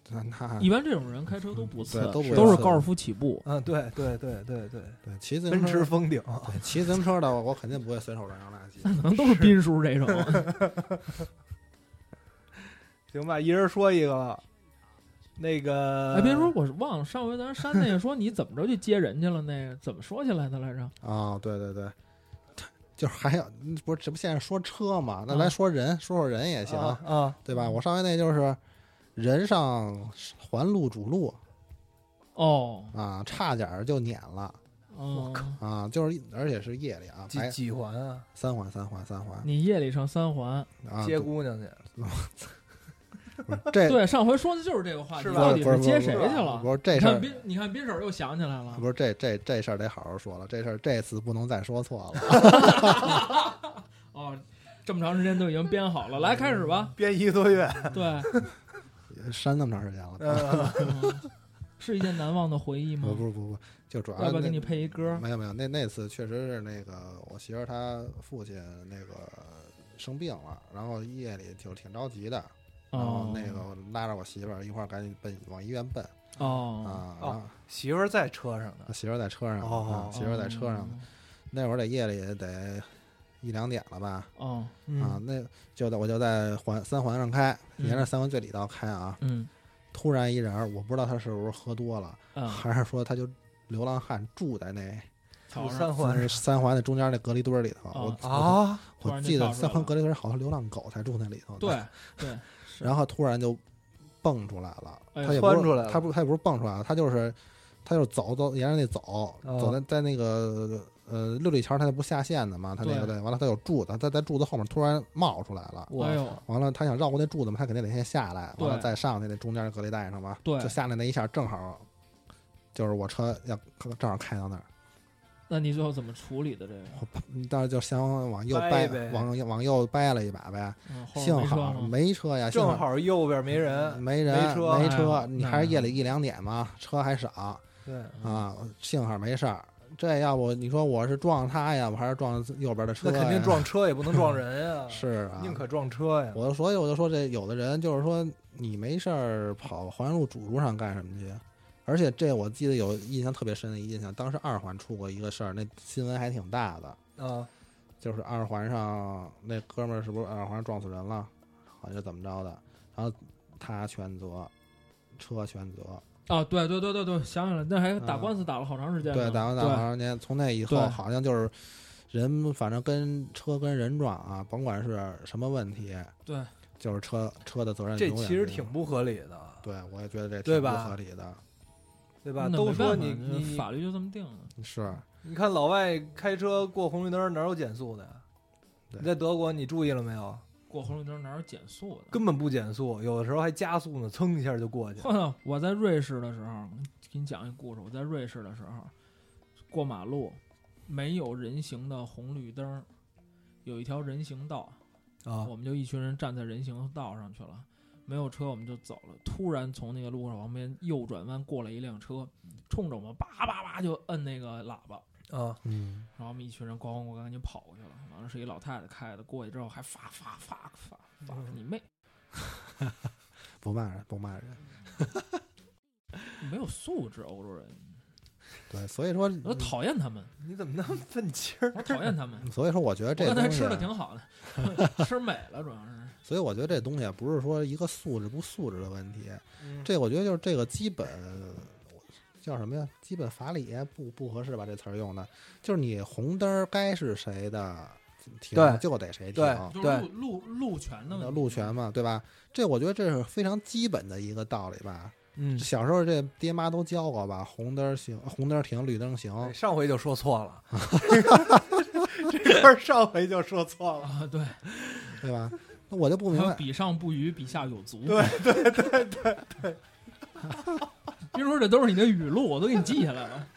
[SPEAKER 3] 那那
[SPEAKER 2] 一般这种人开车都不次
[SPEAKER 3] 嗯对，都不
[SPEAKER 2] 都是
[SPEAKER 3] 次
[SPEAKER 2] 高尔夫起步。
[SPEAKER 1] 嗯，对对对对对，
[SPEAKER 3] 对骑自行
[SPEAKER 1] 奔
[SPEAKER 3] 车
[SPEAKER 1] 驰封顶，
[SPEAKER 3] 对骑自行车的，我肯定不会随手扔垃圾。
[SPEAKER 2] 可能都是斌叔这 种，
[SPEAKER 1] 行吧，一人说一个了。那个，
[SPEAKER 2] 哎，斌
[SPEAKER 3] 啊
[SPEAKER 2] 叔，我是忘了上回咱删那个说你怎么着去接人去了，那个怎么说起来的来着？
[SPEAKER 3] 啊、对对对，就是还有不是这不现在说车嘛？那
[SPEAKER 2] 啊
[SPEAKER 3] 来说人，说说人也行，
[SPEAKER 1] 啊啊，
[SPEAKER 3] 对吧？我上回那就是人上环路主路
[SPEAKER 2] 哦，
[SPEAKER 3] 啊，差点儿就碾了
[SPEAKER 2] 我靠，
[SPEAKER 3] 啊！就是而且是夜里啊，
[SPEAKER 1] 几
[SPEAKER 3] 白
[SPEAKER 1] 几环啊？
[SPEAKER 3] 三环三环三环
[SPEAKER 2] 你夜里上三环，
[SPEAKER 3] 啊，
[SPEAKER 1] 接姑娘去，
[SPEAKER 3] 这
[SPEAKER 2] 对，上回说的就是这个话题，
[SPEAKER 1] 是吧
[SPEAKER 2] 到底
[SPEAKER 3] 哎不是不是
[SPEAKER 2] 接谁去了？
[SPEAKER 3] 不是这
[SPEAKER 2] 你
[SPEAKER 3] 事
[SPEAKER 2] 看
[SPEAKER 3] 儿。
[SPEAKER 2] 斌，你看斌婶儿又想起来了，
[SPEAKER 3] 不是这这这事儿得好好说了，这事儿这次不能再说错了。
[SPEAKER 2] 哦，这么长时间都已经编好了，来开始吧。
[SPEAKER 1] 编一个多月，
[SPEAKER 2] 对，
[SPEAKER 3] 删那么长时间了，
[SPEAKER 1] 嗯
[SPEAKER 2] 嗯是一件难忘的回忆吗
[SPEAKER 3] 不？不不不，就主要
[SPEAKER 2] 要不要
[SPEAKER 3] 那
[SPEAKER 2] 给你配一歌？
[SPEAKER 3] 没有没有，那那次确实是那个我媳妇儿她父亲那个生病了，然后夜里就挺着急的，然后
[SPEAKER 2] 哦，
[SPEAKER 3] 那个我拉着我媳妇儿一块儿赶紧奔往医院奔
[SPEAKER 2] 哦，
[SPEAKER 3] 啊，
[SPEAKER 1] 哦
[SPEAKER 3] 然后
[SPEAKER 1] 媳妇儿在车上呢
[SPEAKER 3] 我，媳妇儿在车上，
[SPEAKER 1] 哦
[SPEAKER 3] 啊媳妇儿在车上，那会儿得夜里得一两点了吧，
[SPEAKER 2] 哦。
[SPEAKER 1] 嗯
[SPEAKER 3] 啊，那就在我就在环三环上开，沿着
[SPEAKER 2] 嗯
[SPEAKER 3] 三环最里道开啊，
[SPEAKER 2] 嗯
[SPEAKER 3] 突然一人儿，我不知道他是不是喝多了，
[SPEAKER 2] 嗯，
[SPEAKER 3] 还是说他就流浪汉住在那
[SPEAKER 1] 住
[SPEAKER 2] 草上
[SPEAKER 1] 三环
[SPEAKER 3] 三环的中间那隔离堆儿里头，
[SPEAKER 2] 啊
[SPEAKER 3] 我我
[SPEAKER 1] 啊，
[SPEAKER 2] 突
[SPEAKER 3] 我
[SPEAKER 2] 然就
[SPEAKER 3] 记
[SPEAKER 2] 跳
[SPEAKER 3] 得
[SPEAKER 2] 出
[SPEAKER 3] 三
[SPEAKER 2] 来
[SPEAKER 3] 环
[SPEAKER 2] 了
[SPEAKER 3] 隔离堆儿好像流浪狗才住那里头呢。
[SPEAKER 2] 对对，
[SPEAKER 3] 然后突然就蹦出来了，
[SPEAKER 2] 哎呦
[SPEAKER 3] 他也不
[SPEAKER 1] 窜出来
[SPEAKER 3] 是
[SPEAKER 1] 了
[SPEAKER 3] 他不他也不是蹦出来了，他就是他就是走走沿着那走，
[SPEAKER 1] 哦
[SPEAKER 3] 走在在那个呃六里桥，他那不下线的嘛，他那个
[SPEAKER 2] 对
[SPEAKER 3] 对，完了他有柱子，他在柱子后面突然冒出来了。
[SPEAKER 2] 哎
[SPEAKER 1] 我
[SPEAKER 2] 呦，
[SPEAKER 3] 完了，他想绕过那柱子嘛，他肯定得先下来，完了
[SPEAKER 2] 对
[SPEAKER 3] 再上去那中间的隔离带上嘛。
[SPEAKER 2] 对
[SPEAKER 3] 就下来那一下，正好就是我车要正好开到那儿，
[SPEAKER 2] 那你最后怎么处理的这个？
[SPEAKER 3] 我啪当时就想往右
[SPEAKER 1] 掰
[SPEAKER 3] 掰，
[SPEAKER 1] 呗
[SPEAKER 3] 往右往右掰了一把呗。
[SPEAKER 2] 嗯，后面
[SPEAKER 3] 幸
[SPEAKER 2] 没车
[SPEAKER 3] 好
[SPEAKER 2] 吗？
[SPEAKER 3] 没车呀，幸
[SPEAKER 1] 正好右边没人，
[SPEAKER 3] 没
[SPEAKER 1] 没
[SPEAKER 3] 人，
[SPEAKER 1] 车啊
[SPEAKER 3] 没
[SPEAKER 2] 哎呀
[SPEAKER 3] 车，你
[SPEAKER 2] 那嗯
[SPEAKER 3] 还是夜里一两点嘛，车还少
[SPEAKER 1] 对，
[SPEAKER 3] 啊，幸好没事儿。这要不你说我是撞他呀，我还是撞右边的车
[SPEAKER 1] 那
[SPEAKER 3] 呀？
[SPEAKER 1] 肯定撞车也不能撞人呀，
[SPEAKER 3] 是啊，
[SPEAKER 1] 宁可撞车呀，
[SPEAKER 3] 我就所以我就说这有的人就是说你没事儿跑环路主路上干什么去？而且这我记得有印象特别深的一印象，当时二环出过一个事儿，那新闻还挺大的，
[SPEAKER 1] 啊，
[SPEAKER 3] 就是二环上那哥们儿是不是二环撞死人了，好像是怎么着的？然后他全责，车全责，
[SPEAKER 2] 啊，对对对对对，想起来，那还打
[SPEAKER 3] 啊
[SPEAKER 2] 官司打了好长时间呢。
[SPEAKER 3] 对，打完打
[SPEAKER 2] 对
[SPEAKER 3] 完二年，从那以
[SPEAKER 2] 对
[SPEAKER 3] 后好像就是人，反正跟车跟人撞啊，甭管是什么问题，
[SPEAKER 2] 对，
[SPEAKER 3] 就是车车的责任
[SPEAKER 1] 这
[SPEAKER 3] 永远
[SPEAKER 1] 其实
[SPEAKER 3] 是
[SPEAKER 1] 挺不合理的，
[SPEAKER 3] 对，我也觉得这
[SPEAKER 1] 对
[SPEAKER 3] 挺不
[SPEAKER 1] 吧
[SPEAKER 3] 合理的，
[SPEAKER 1] 对吧？
[SPEAKER 2] 那
[SPEAKER 1] 都
[SPEAKER 2] 没
[SPEAKER 1] 说
[SPEAKER 2] 办法
[SPEAKER 1] 你
[SPEAKER 2] 这
[SPEAKER 1] 你
[SPEAKER 2] 法律就这么定了。
[SPEAKER 3] 是
[SPEAKER 1] 你看老外开车过红绿灯哪有减速的呀？
[SPEAKER 3] 对
[SPEAKER 1] 你在德国你注意了没有？
[SPEAKER 2] 过红绿灯哪有减速的？
[SPEAKER 1] 根本不减速，有的时候还加速呢，噌一下就过去。
[SPEAKER 2] 哼哼，我在瑞士的时候，给你讲一故事。我在瑞士的时候，过马路没有人行的红绿灯，有一条人行道，
[SPEAKER 1] 啊
[SPEAKER 2] 我们就一群人站在人行道上去了，没有车我们就走了。突然从那个路口旁边右转弯过来一辆车，
[SPEAKER 3] 嗯
[SPEAKER 2] 冲着我们叭叭叭就摁那个喇叭，
[SPEAKER 1] 啊！
[SPEAKER 3] 嗯，
[SPEAKER 2] 然后我们一群人咣咣咣赶紧跑过去了。完了是一老太太开的，过去之后还发发发发发
[SPEAKER 3] 嗯
[SPEAKER 2] 你妹，
[SPEAKER 3] 不骂人不骂人，
[SPEAKER 2] 没有素质欧洲人，
[SPEAKER 3] 对，所以说
[SPEAKER 2] 我讨厌他们，
[SPEAKER 1] 你怎么那么愤青儿？
[SPEAKER 2] 我讨厌他们。
[SPEAKER 3] 所以说我觉得
[SPEAKER 2] 我
[SPEAKER 3] 嗯 这
[SPEAKER 2] 刚才
[SPEAKER 3] 东西
[SPEAKER 2] 吃
[SPEAKER 3] 啊，
[SPEAKER 2] 的挺好的， 吃美了主要是。
[SPEAKER 3] 所以我觉得这东西啊不是说一个素质不素质的问题，
[SPEAKER 1] 嗯
[SPEAKER 3] 这我觉得就是这个基本叫什么呀？基本法理不不合适吧？这词儿用的，就是你红灯儿该是谁的
[SPEAKER 1] 对
[SPEAKER 3] 停就得谁停，
[SPEAKER 1] 对
[SPEAKER 3] 那
[SPEAKER 2] 就是路路路权的问题，
[SPEAKER 3] 路权嘛，对吧？这我觉得这是非常基本的一个道理吧。
[SPEAKER 1] 嗯，
[SPEAKER 3] 小时候这爹妈都教过吧，红灯儿行，红灯儿停，绿灯行。
[SPEAKER 1] 哎上回就说错了，这块儿上回就说错了。
[SPEAKER 2] 啊，对，
[SPEAKER 3] 对吧？那我就不明
[SPEAKER 2] 还有
[SPEAKER 3] 白，
[SPEAKER 2] 比上不语，比下有足。
[SPEAKER 1] 对
[SPEAKER 2] 对对对。别说这都是你的语录，我都给你记下来了。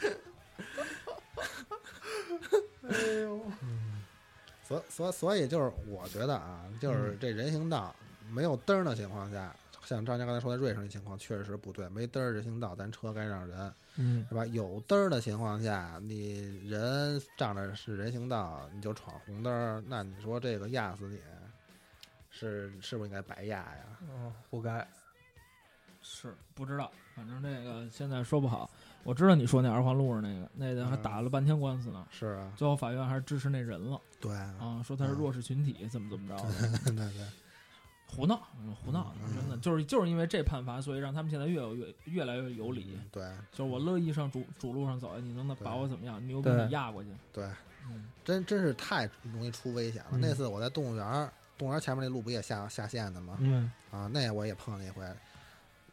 [SPEAKER 3] 所所所以就是我觉得啊，
[SPEAKER 1] 嗯
[SPEAKER 3] 就是这人行道没有灯儿的情况下，像张江刚才说的瑞士那情况确实不对，没灯儿人行道，咱车该让人，
[SPEAKER 2] 嗯，
[SPEAKER 3] 是吧？有灯儿的情况下，你人仗着是人行道，你就闯红灯儿，那你说这个压死你，是是不是应该白压呀？
[SPEAKER 2] 哦
[SPEAKER 1] 嗯，活该。
[SPEAKER 2] 是不知道，反正这个现在说不好。我知道你说那二环路上那个，那个还
[SPEAKER 3] 嗯
[SPEAKER 2] 打了半天官司呢，
[SPEAKER 3] 是啊，
[SPEAKER 2] 最后法院还是支持那人了
[SPEAKER 3] 对啊，
[SPEAKER 2] 啊，说他是弱势群体，怎么怎么着的，
[SPEAKER 3] 对对，
[SPEAKER 2] 胡闹，嗯胡闹，
[SPEAKER 3] 嗯
[SPEAKER 2] 真的就是就是因为这判罚，所以让他们现在越有越越来越有理。
[SPEAKER 3] 对
[SPEAKER 2] 就是我乐意上主主路上走，哎你能把我怎么样？你又给
[SPEAKER 1] 对
[SPEAKER 2] 你压过去，
[SPEAKER 3] 对，
[SPEAKER 2] 嗯，
[SPEAKER 3] 真真是太容易出危险了。
[SPEAKER 2] 嗯
[SPEAKER 3] 那次我在动物园儿，动物园儿前面那路不也下下线的吗？
[SPEAKER 2] 嗯，
[SPEAKER 3] 啊，那我也碰了一回，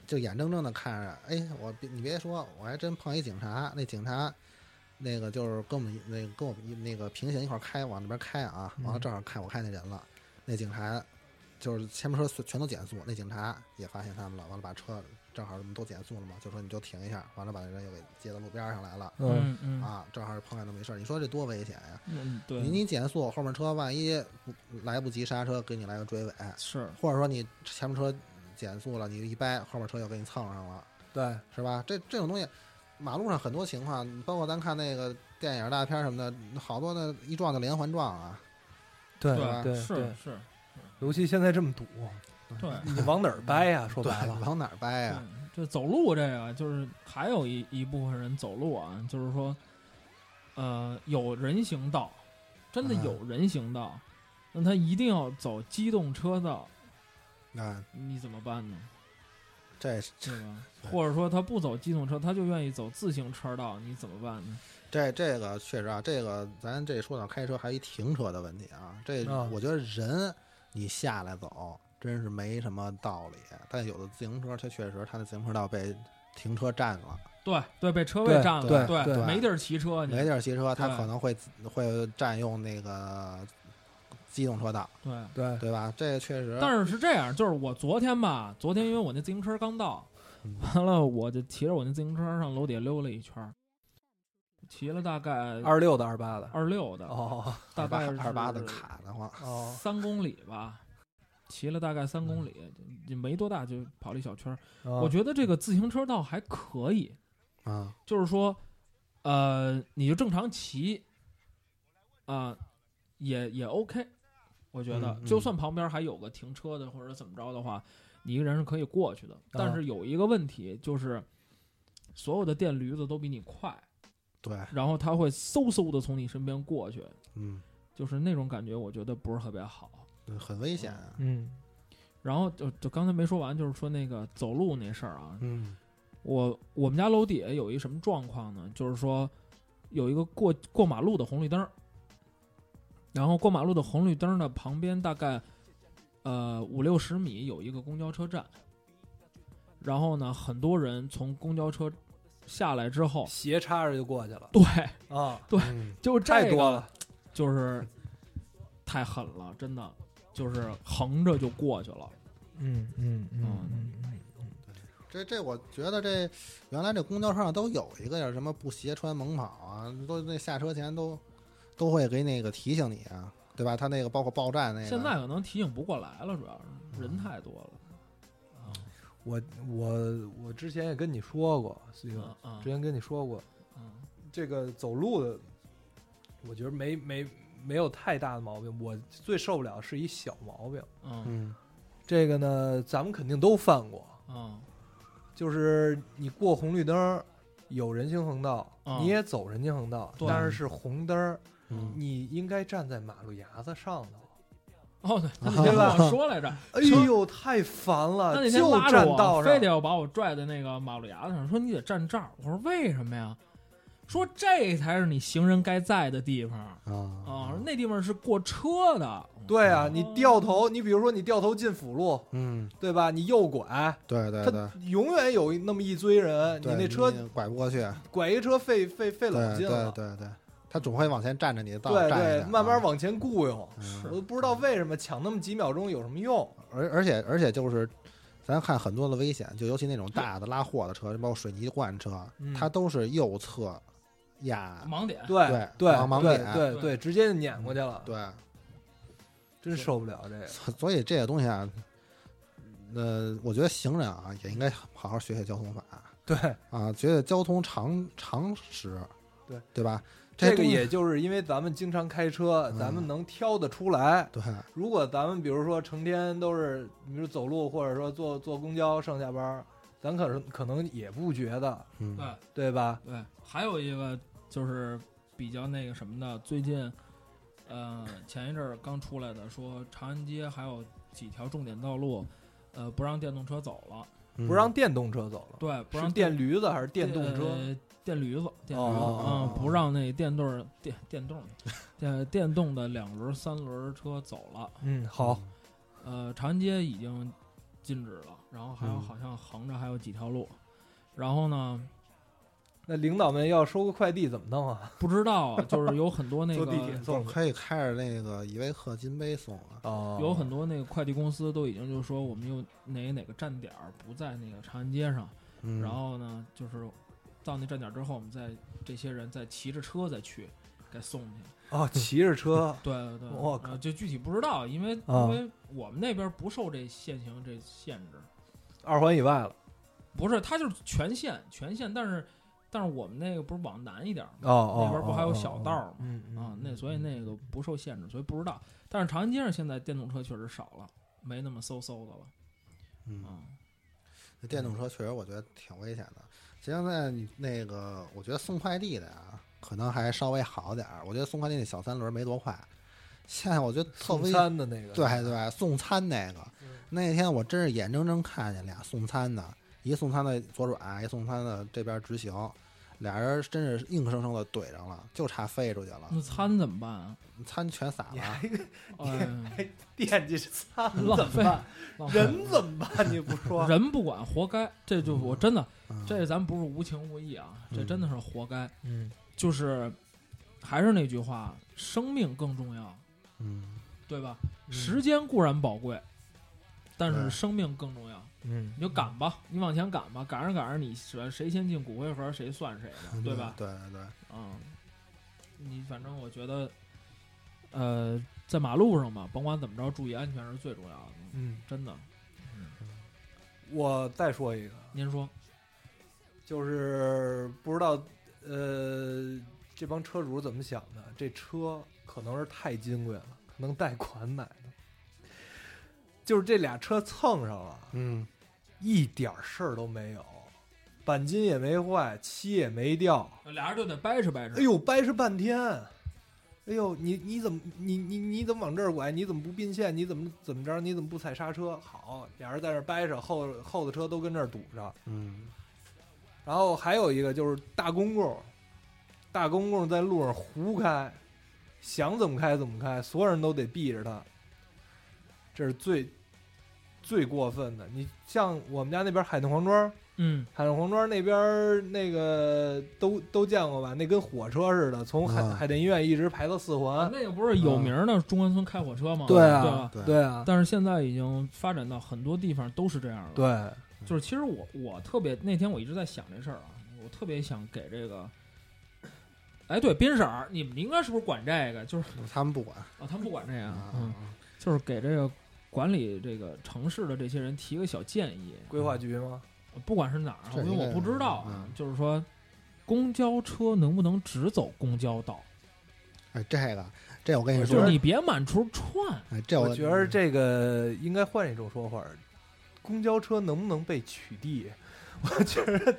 [SPEAKER 3] 就眼睁睁的看着，哎，我别你别说，我还真碰一警察，那警察那个就是跟我们一那个跟我们一那个平行一块儿开，往那边开啊，完了
[SPEAKER 2] 嗯
[SPEAKER 3] 正好看我看见人了，那警察就是前面车全全都减速，那警察也发现他们了，完了把车正好我们都减速了嘛，就说你就停一下，完了把那人又给接到路边儿上来了。
[SPEAKER 1] 嗯，
[SPEAKER 2] 嗯
[SPEAKER 3] 啊，正好碰见那么一事儿，你说这多危险呀！
[SPEAKER 2] 嗯，对，
[SPEAKER 3] 你你减速，后面车万一不来不及刹车，给你来个追尾，
[SPEAKER 2] 是
[SPEAKER 3] 或者说你前面车减速了，你一掰，后面车又给你蹭上了，
[SPEAKER 1] 对，
[SPEAKER 3] 是吧？这这种东西，马路上很多情况，包括咱看那个电影大片什么的，好多的一撞就连环撞啊。
[SPEAKER 1] 对
[SPEAKER 3] 对
[SPEAKER 1] 对
[SPEAKER 2] 啊是，是，
[SPEAKER 1] 尤其现在这么堵，
[SPEAKER 2] 对。
[SPEAKER 1] 你往哪儿掰呀？说
[SPEAKER 3] 对
[SPEAKER 1] 白， 了，
[SPEAKER 3] 往哪儿掰啊呀、
[SPEAKER 2] 嗯就走路这个，就是还有一一部分人走路啊，就是说，呃，有人行道，真的
[SPEAKER 3] 啊
[SPEAKER 2] 有人行道，那他一定要走机动车道，
[SPEAKER 3] 那、
[SPEAKER 2] 你怎么办呢？
[SPEAKER 3] 这
[SPEAKER 2] 对吧？
[SPEAKER 3] 对
[SPEAKER 2] 或者说他不走机动车，他就愿意走自行车道，你怎么办呢？
[SPEAKER 3] 这这个确实啊，这个咱这说到开车，还有一停车的问题啊。这
[SPEAKER 1] 啊
[SPEAKER 3] 我觉得人你下来走，真是没什么道理。但有的自行车，它确实它的自行车道被停车占了，
[SPEAKER 2] 对对，被车位
[SPEAKER 1] 对
[SPEAKER 2] 占
[SPEAKER 1] 对
[SPEAKER 2] 了，对，
[SPEAKER 1] 对
[SPEAKER 2] 没地儿骑车去，
[SPEAKER 3] 没地儿骑车，它
[SPEAKER 2] 对
[SPEAKER 3] 可能会会占用那个机动车道，
[SPEAKER 2] 对。
[SPEAKER 1] 对，
[SPEAKER 3] 对吧？这确实，
[SPEAKER 2] 但是是这样，就是我昨天吧，昨天因为我那自行车刚到，完了我就骑着我那自行车上楼底下溜了一圈儿，骑了大概
[SPEAKER 1] 二六的二八的，
[SPEAKER 2] 二六的，
[SPEAKER 1] 哦
[SPEAKER 2] 大
[SPEAKER 3] 二八
[SPEAKER 2] 概
[SPEAKER 3] 二八的
[SPEAKER 2] 是
[SPEAKER 3] 卡的话，
[SPEAKER 1] 哦，
[SPEAKER 2] 三公里吧，骑了大概三
[SPEAKER 3] 嗯
[SPEAKER 2] 公里，也没多大就跑了一小圈儿。我
[SPEAKER 1] 我
[SPEAKER 2] 觉得这个自行车道还可以，
[SPEAKER 3] 啊，
[SPEAKER 2] 就是说，呃，你就正常骑，啊、也也 OK。我觉得
[SPEAKER 3] 嗯，嗯
[SPEAKER 2] 就算旁边还有个停车的或者怎么着的话，你一个人是可以过去的。
[SPEAKER 3] 嗯
[SPEAKER 2] 但是有一个问题就是，所有的电驴子都比你快，
[SPEAKER 3] 对，
[SPEAKER 2] 然后它会嗖嗖的从你身边过去，
[SPEAKER 3] 嗯，
[SPEAKER 2] 就是那种感觉，我觉得不是特别好。
[SPEAKER 3] 很危险啊，
[SPEAKER 1] 嗯
[SPEAKER 2] 然后就就刚才没说完，就是说那个走路那事儿啊，
[SPEAKER 3] 嗯
[SPEAKER 2] 我我们家楼底下有一什么状况呢？就是说有一个过过马路的红绿灯儿，然后过马路的红绿灯儿呢旁边大概呃五六十米有一个公交车站，然后呢很多人从公交车下来之后，
[SPEAKER 1] 斜插着就过去了
[SPEAKER 2] 嗯对，
[SPEAKER 1] 啊，
[SPEAKER 3] 嗯
[SPEAKER 2] 就这
[SPEAKER 1] 太
[SPEAKER 2] 个
[SPEAKER 1] 多了，
[SPEAKER 2] 就是太狠了，真的就是横着就过去了，
[SPEAKER 1] 嗯嗯
[SPEAKER 2] 嗯
[SPEAKER 1] 嗯
[SPEAKER 3] 这这我觉得这原来这公交车上都有一个叫什么不斜穿猛跑啊，都那下车前都都会给那个提醒你啊，对吧？他那个包括报站那个，
[SPEAKER 2] 现在可能提醒不过来了，主要
[SPEAKER 1] 嗯
[SPEAKER 2] 是人太多了。啊
[SPEAKER 1] 我我我之前也跟你说过，斯蒂文，
[SPEAKER 2] 啊啊
[SPEAKER 1] 之前跟你说过，
[SPEAKER 2] 啊！
[SPEAKER 1] 这个走路的，我觉得没没没有太大的毛病，我最受不了是一小毛病。
[SPEAKER 2] 嗯
[SPEAKER 3] 嗯
[SPEAKER 1] 这个呢，咱们肯定都犯过，
[SPEAKER 2] 嗯
[SPEAKER 1] 就是你过红绿灯儿有人行横道，
[SPEAKER 2] 嗯
[SPEAKER 1] 你也走人行横道，
[SPEAKER 2] 对
[SPEAKER 1] 但是是红灯儿，
[SPEAKER 3] 嗯，
[SPEAKER 1] 你应该站在马路牙子上头。
[SPEAKER 2] 哦，对， 他那
[SPEAKER 1] 对
[SPEAKER 2] 天
[SPEAKER 1] 吧
[SPEAKER 2] 跟我说来着，
[SPEAKER 1] 哎呦，太烦
[SPEAKER 2] 他
[SPEAKER 1] 了，
[SPEAKER 2] 那天
[SPEAKER 1] 就
[SPEAKER 2] 拉着
[SPEAKER 1] 站
[SPEAKER 2] 我，
[SPEAKER 1] 道
[SPEAKER 2] 非
[SPEAKER 1] 上
[SPEAKER 2] 得，要把我拽在那个马路牙子上，说你得站这儿。我说为什么呀？说这才是你行人该在的地方啊！
[SPEAKER 3] 啊
[SPEAKER 1] 嗯
[SPEAKER 2] 说那地方是过车的。
[SPEAKER 1] 对啊，
[SPEAKER 2] 哦
[SPEAKER 1] 你掉头，你比如说你掉头进辅路，
[SPEAKER 3] 嗯，
[SPEAKER 1] 对吧？你右拐，
[SPEAKER 3] 对对对
[SPEAKER 1] 他。永远有那么一堆人，你
[SPEAKER 3] 对
[SPEAKER 1] 那车
[SPEAKER 3] 你拐不过去，啊
[SPEAKER 1] 拐一车费费费老
[SPEAKER 3] 对
[SPEAKER 1] 劲了
[SPEAKER 3] 对，对对，他总会往前占着你的道，
[SPEAKER 1] 对
[SPEAKER 3] 站着
[SPEAKER 1] 对，
[SPEAKER 3] 你
[SPEAKER 1] 慢慢
[SPEAKER 3] 啊。
[SPEAKER 1] 往前雇佣，
[SPEAKER 3] 嗯
[SPEAKER 1] 我都不知道为什么抢那么几秒钟有什么用？
[SPEAKER 3] 而而且而且就是，咱看很多的危险，就尤其那种大的拉货的车，包括水泥罐车，啊
[SPEAKER 1] 嗯
[SPEAKER 3] 它都是右侧压，
[SPEAKER 2] 盲点，
[SPEAKER 1] 对
[SPEAKER 3] 对
[SPEAKER 1] 对
[SPEAKER 3] 往盲
[SPEAKER 1] 对
[SPEAKER 3] 点
[SPEAKER 1] 对
[SPEAKER 2] 对
[SPEAKER 1] 对，直接就撵过去了。
[SPEAKER 3] 对，
[SPEAKER 1] 真受不了这 个。
[SPEAKER 3] 所以这个东西啊，呃，我觉得行人啊也应该好好学学交通法
[SPEAKER 1] 对，
[SPEAKER 3] 啊，学学交通常常识，
[SPEAKER 1] 对
[SPEAKER 3] 对吧？
[SPEAKER 1] 这
[SPEAKER 3] 些
[SPEAKER 1] 个
[SPEAKER 3] 东西
[SPEAKER 1] 也就是因为咱们经常开车，
[SPEAKER 3] 嗯
[SPEAKER 1] 咱们能挑得出来。
[SPEAKER 3] 对，
[SPEAKER 1] 如果咱们比如说成天都是，比如走路或者说坐坐公交上下班儿，咱可是可能也不觉得，
[SPEAKER 3] 嗯，
[SPEAKER 2] 对
[SPEAKER 1] 对吧？
[SPEAKER 2] 对，还有一个就是比较那个什么的，最近，呃，前一阵儿刚出来的，说长安街还有几条重点道路，呃，不让电动车走了，
[SPEAKER 3] 嗯
[SPEAKER 1] 不让电动车走了，
[SPEAKER 2] 对，不
[SPEAKER 1] 是
[SPEAKER 2] 让
[SPEAKER 1] 电驴子还是电动车？
[SPEAKER 2] 呃电驴子，电驴子，
[SPEAKER 1] 哦
[SPEAKER 2] 嗯，不让那电动儿电电动，电电动的两轮儿、三轮儿车走了。
[SPEAKER 1] 嗯，好，
[SPEAKER 2] 呃，长安街已经禁止了，然后还有
[SPEAKER 3] 嗯
[SPEAKER 2] 好像横着还有几条路，然后呢，
[SPEAKER 1] 那领导们要收个快递怎么弄啊？
[SPEAKER 2] 不知道啊就是有很多那
[SPEAKER 1] 坐
[SPEAKER 2] 个
[SPEAKER 1] 地铁送
[SPEAKER 3] 可以开着那个依维柯金杯送啊，
[SPEAKER 1] 哦，
[SPEAKER 2] 有很多那个快递公司都已经就说我们有哪个哪个站点儿不在那个长安街上，
[SPEAKER 3] 嗯
[SPEAKER 2] 然后呢，就是到那站点儿之后，我们再这些人再骑着车再去给送去。
[SPEAKER 1] 哦，骑着 车
[SPEAKER 2] 对对对，
[SPEAKER 1] 我靠
[SPEAKER 2] 呃就具体不知道，因为、
[SPEAKER 1] 啊
[SPEAKER 2] 因为我们那边不受这限行这限制，
[SPEAKER 1] 二环以外了。
[SPEAKER 2] 不是，它就是全县全县，但是但是我们那个不是往南一点儿
[SPEAKER 1] 哦
[SPEAKER 2] 吗？
[SPEAKER 1] 哦，
[SPEAKER 2] 那边不还有小道
[SPEAKER 1] 儿
[SPEAKER 2] 儿吗
[SPEAKER 1] 嗯嗯
[SPEAKER 2] 啊，那所以那个不受限制，所以不知道。但是长安街上现在电动车确实少了，没那么嗖嗖的了
[SPEAKER 3] 嗯，
[SPEAKER 2] 啊。
[SPEAKER 3] 那电动车确实我觉得挺危险的。其实现在你那个，我觉得送快递的呀，可能还稍微好点儿。我觉得送快递那小三轮没多快，现在我觉得特
[SPEAKER 1] 送
[SPEAKER 3] 危
[SPEAKER 1] 餐的那个，
[SPEAKER 3] 对对，送餐那个，
[SPEAKER 2] 嗯
[SPEAKER 3] 那天我真是眼睁睁看见俩送餐的，一送餐的左转，一送餐的这边直行，俩人真是硬生生的怼上了，就差飞出去了，
[SPEAKER 2] 那餐怎么 办啊？
[SPEAKER 3] 餐全洒
[SPEAKER 1] 你
[SPEAKER 3] 了
[SPEAKER 1] 还。
[SPEAKER 2] 哎，
[SPEAKER 1] 惦记着餐
[SPEAKER 2] 浪
[SPEAKER 1] 怎么
[SPEAKER 2] 费
[SPEAKER 1] 办？
[SPEAKER 2] 浪 费
[SPEAKER 1] 人怎么办？你不说，
[SPEAKER 2] 人不管，活该。这就是我真的，
[SPEAKER 3] 嗯
[SPEAKER 2] 这咱不是无情无义啊，这真的是活该。
[SPEAKER 1] 嗯，
[SPEAKER 2] 就是还是那句话，生命更重要，
[SPEAKER 3] 嗯
[SPEAKER 2] 对吧？
[SPEAKER 1] 嗯
[SPEAKER 2] 时间固然宝贵，但是
[SPEAKER 3] 对
[SPEAKER 2] 生命更重要。
[SPEAKER 1] 嗯
[SPEAKER 2] 你就赶吧，你往前赶吧，赶着赶着，你谁谁先进骨灰盒，谁算谁的， 对吧？
[SPEAKER 3] 对对对，
[SPEAKER 2] 嗯，你反正我觉得，呃，在马路上嘛，甭管怎么着，注意安全是最重要的，
[SPEAKER 1] 嗯，
[SPEAKER 2] 真的。
[SPEAKER 1] 我再说一个，
[SPEAKER 2] 您说，
[SPEAKER 1] 就是不知道呃这帮车主怎么想的，这车可能是太金贵了，可能贷款买的，就是这俩车蹭上了，
[SPEAKER 3] 嗯
[SPEAKER 1] 一点儿事儿都没有，钣金也没坏，漆也没掉，
[SPEAKER 2] 俩人就得掰扯掰扯。
[SPEAKER 1] 哎呦，掰扯半天。哎呦，你你怎么你你你怎么往这儿拐？你怎么不并线？你怎么怎么着？你怎么不踩刹车？好，俩人在那儿掰扯，后后的车都跟这儿堵着。
[SPEAKER 3] 嗯
[SPEAKER 1] 然后还有一个就是大公共，大公共在路上胡开，想怎么开怎么开，所有人都得避着他，这是最最过分的。你像我们家那边海淀黄庄，
[SPEAKER 2] 嗯，
[SPEAKER 1] 海淀黄庄那边儿那个都都见过吧？那跟火车似的，从海、
[SPEAKER 3] 啊
[SPEAKER 1] 海淀医院一直排到四环。
[SPEAKER 2] 那个不是有名儿的中关村开火车吗？
[SPEAKER 1] 嗯对
[SPEAKER 2] 对
[SPEAKER 1] 啊
[SPEAKER 2] 吧，
[SPEAKER 3] 对
[SPEAKER 1] 对啊，
[SPEAKER 2] 但是现在已经发展到很多地方都是这样了。，
[SPEAKER 1] 对，
[SPEAKER 2] 就是其实我我特别那天我一直在想这事儿啊，我特别想给这个，哎，对，斌婶儿，你们应该是不是管这个？就是
[SPEAKER 3] 他们不管
[SPEAKER 2] 啊，他们不管这个，
[SPEAKER 3] 啊，
[SPEAKER 2] 嗯，就是给这个管理这个城市的这些人提个小建议，
[SPEAKER 1] 规划局吗？
[SPEAKER 2] 不管是哪儿啊，
[SPEAKER 3] 这
[SPEAKER 2] 因为
[SPEAKER 3] 应该
[SPEAKER 2] 我不知道
[SPEAKER 3] 是
[SPEAKER 2] 啊
[SPEAKER 3] 嗯，
[SPEAKER 2] 就是说公交车能不能只走公交道，
[SPEAKER 3] 哎，这个这我跟你
[SPEAKER 2] 就
[SPEAKER 3] 说
[SPEAKER 2] 是，你别满处窜。
[SPEAKER 3] 哎，这
[SPEAKER 1] 我觉得这个应该换一种说法儿，公交车能不能被取缔？我觉得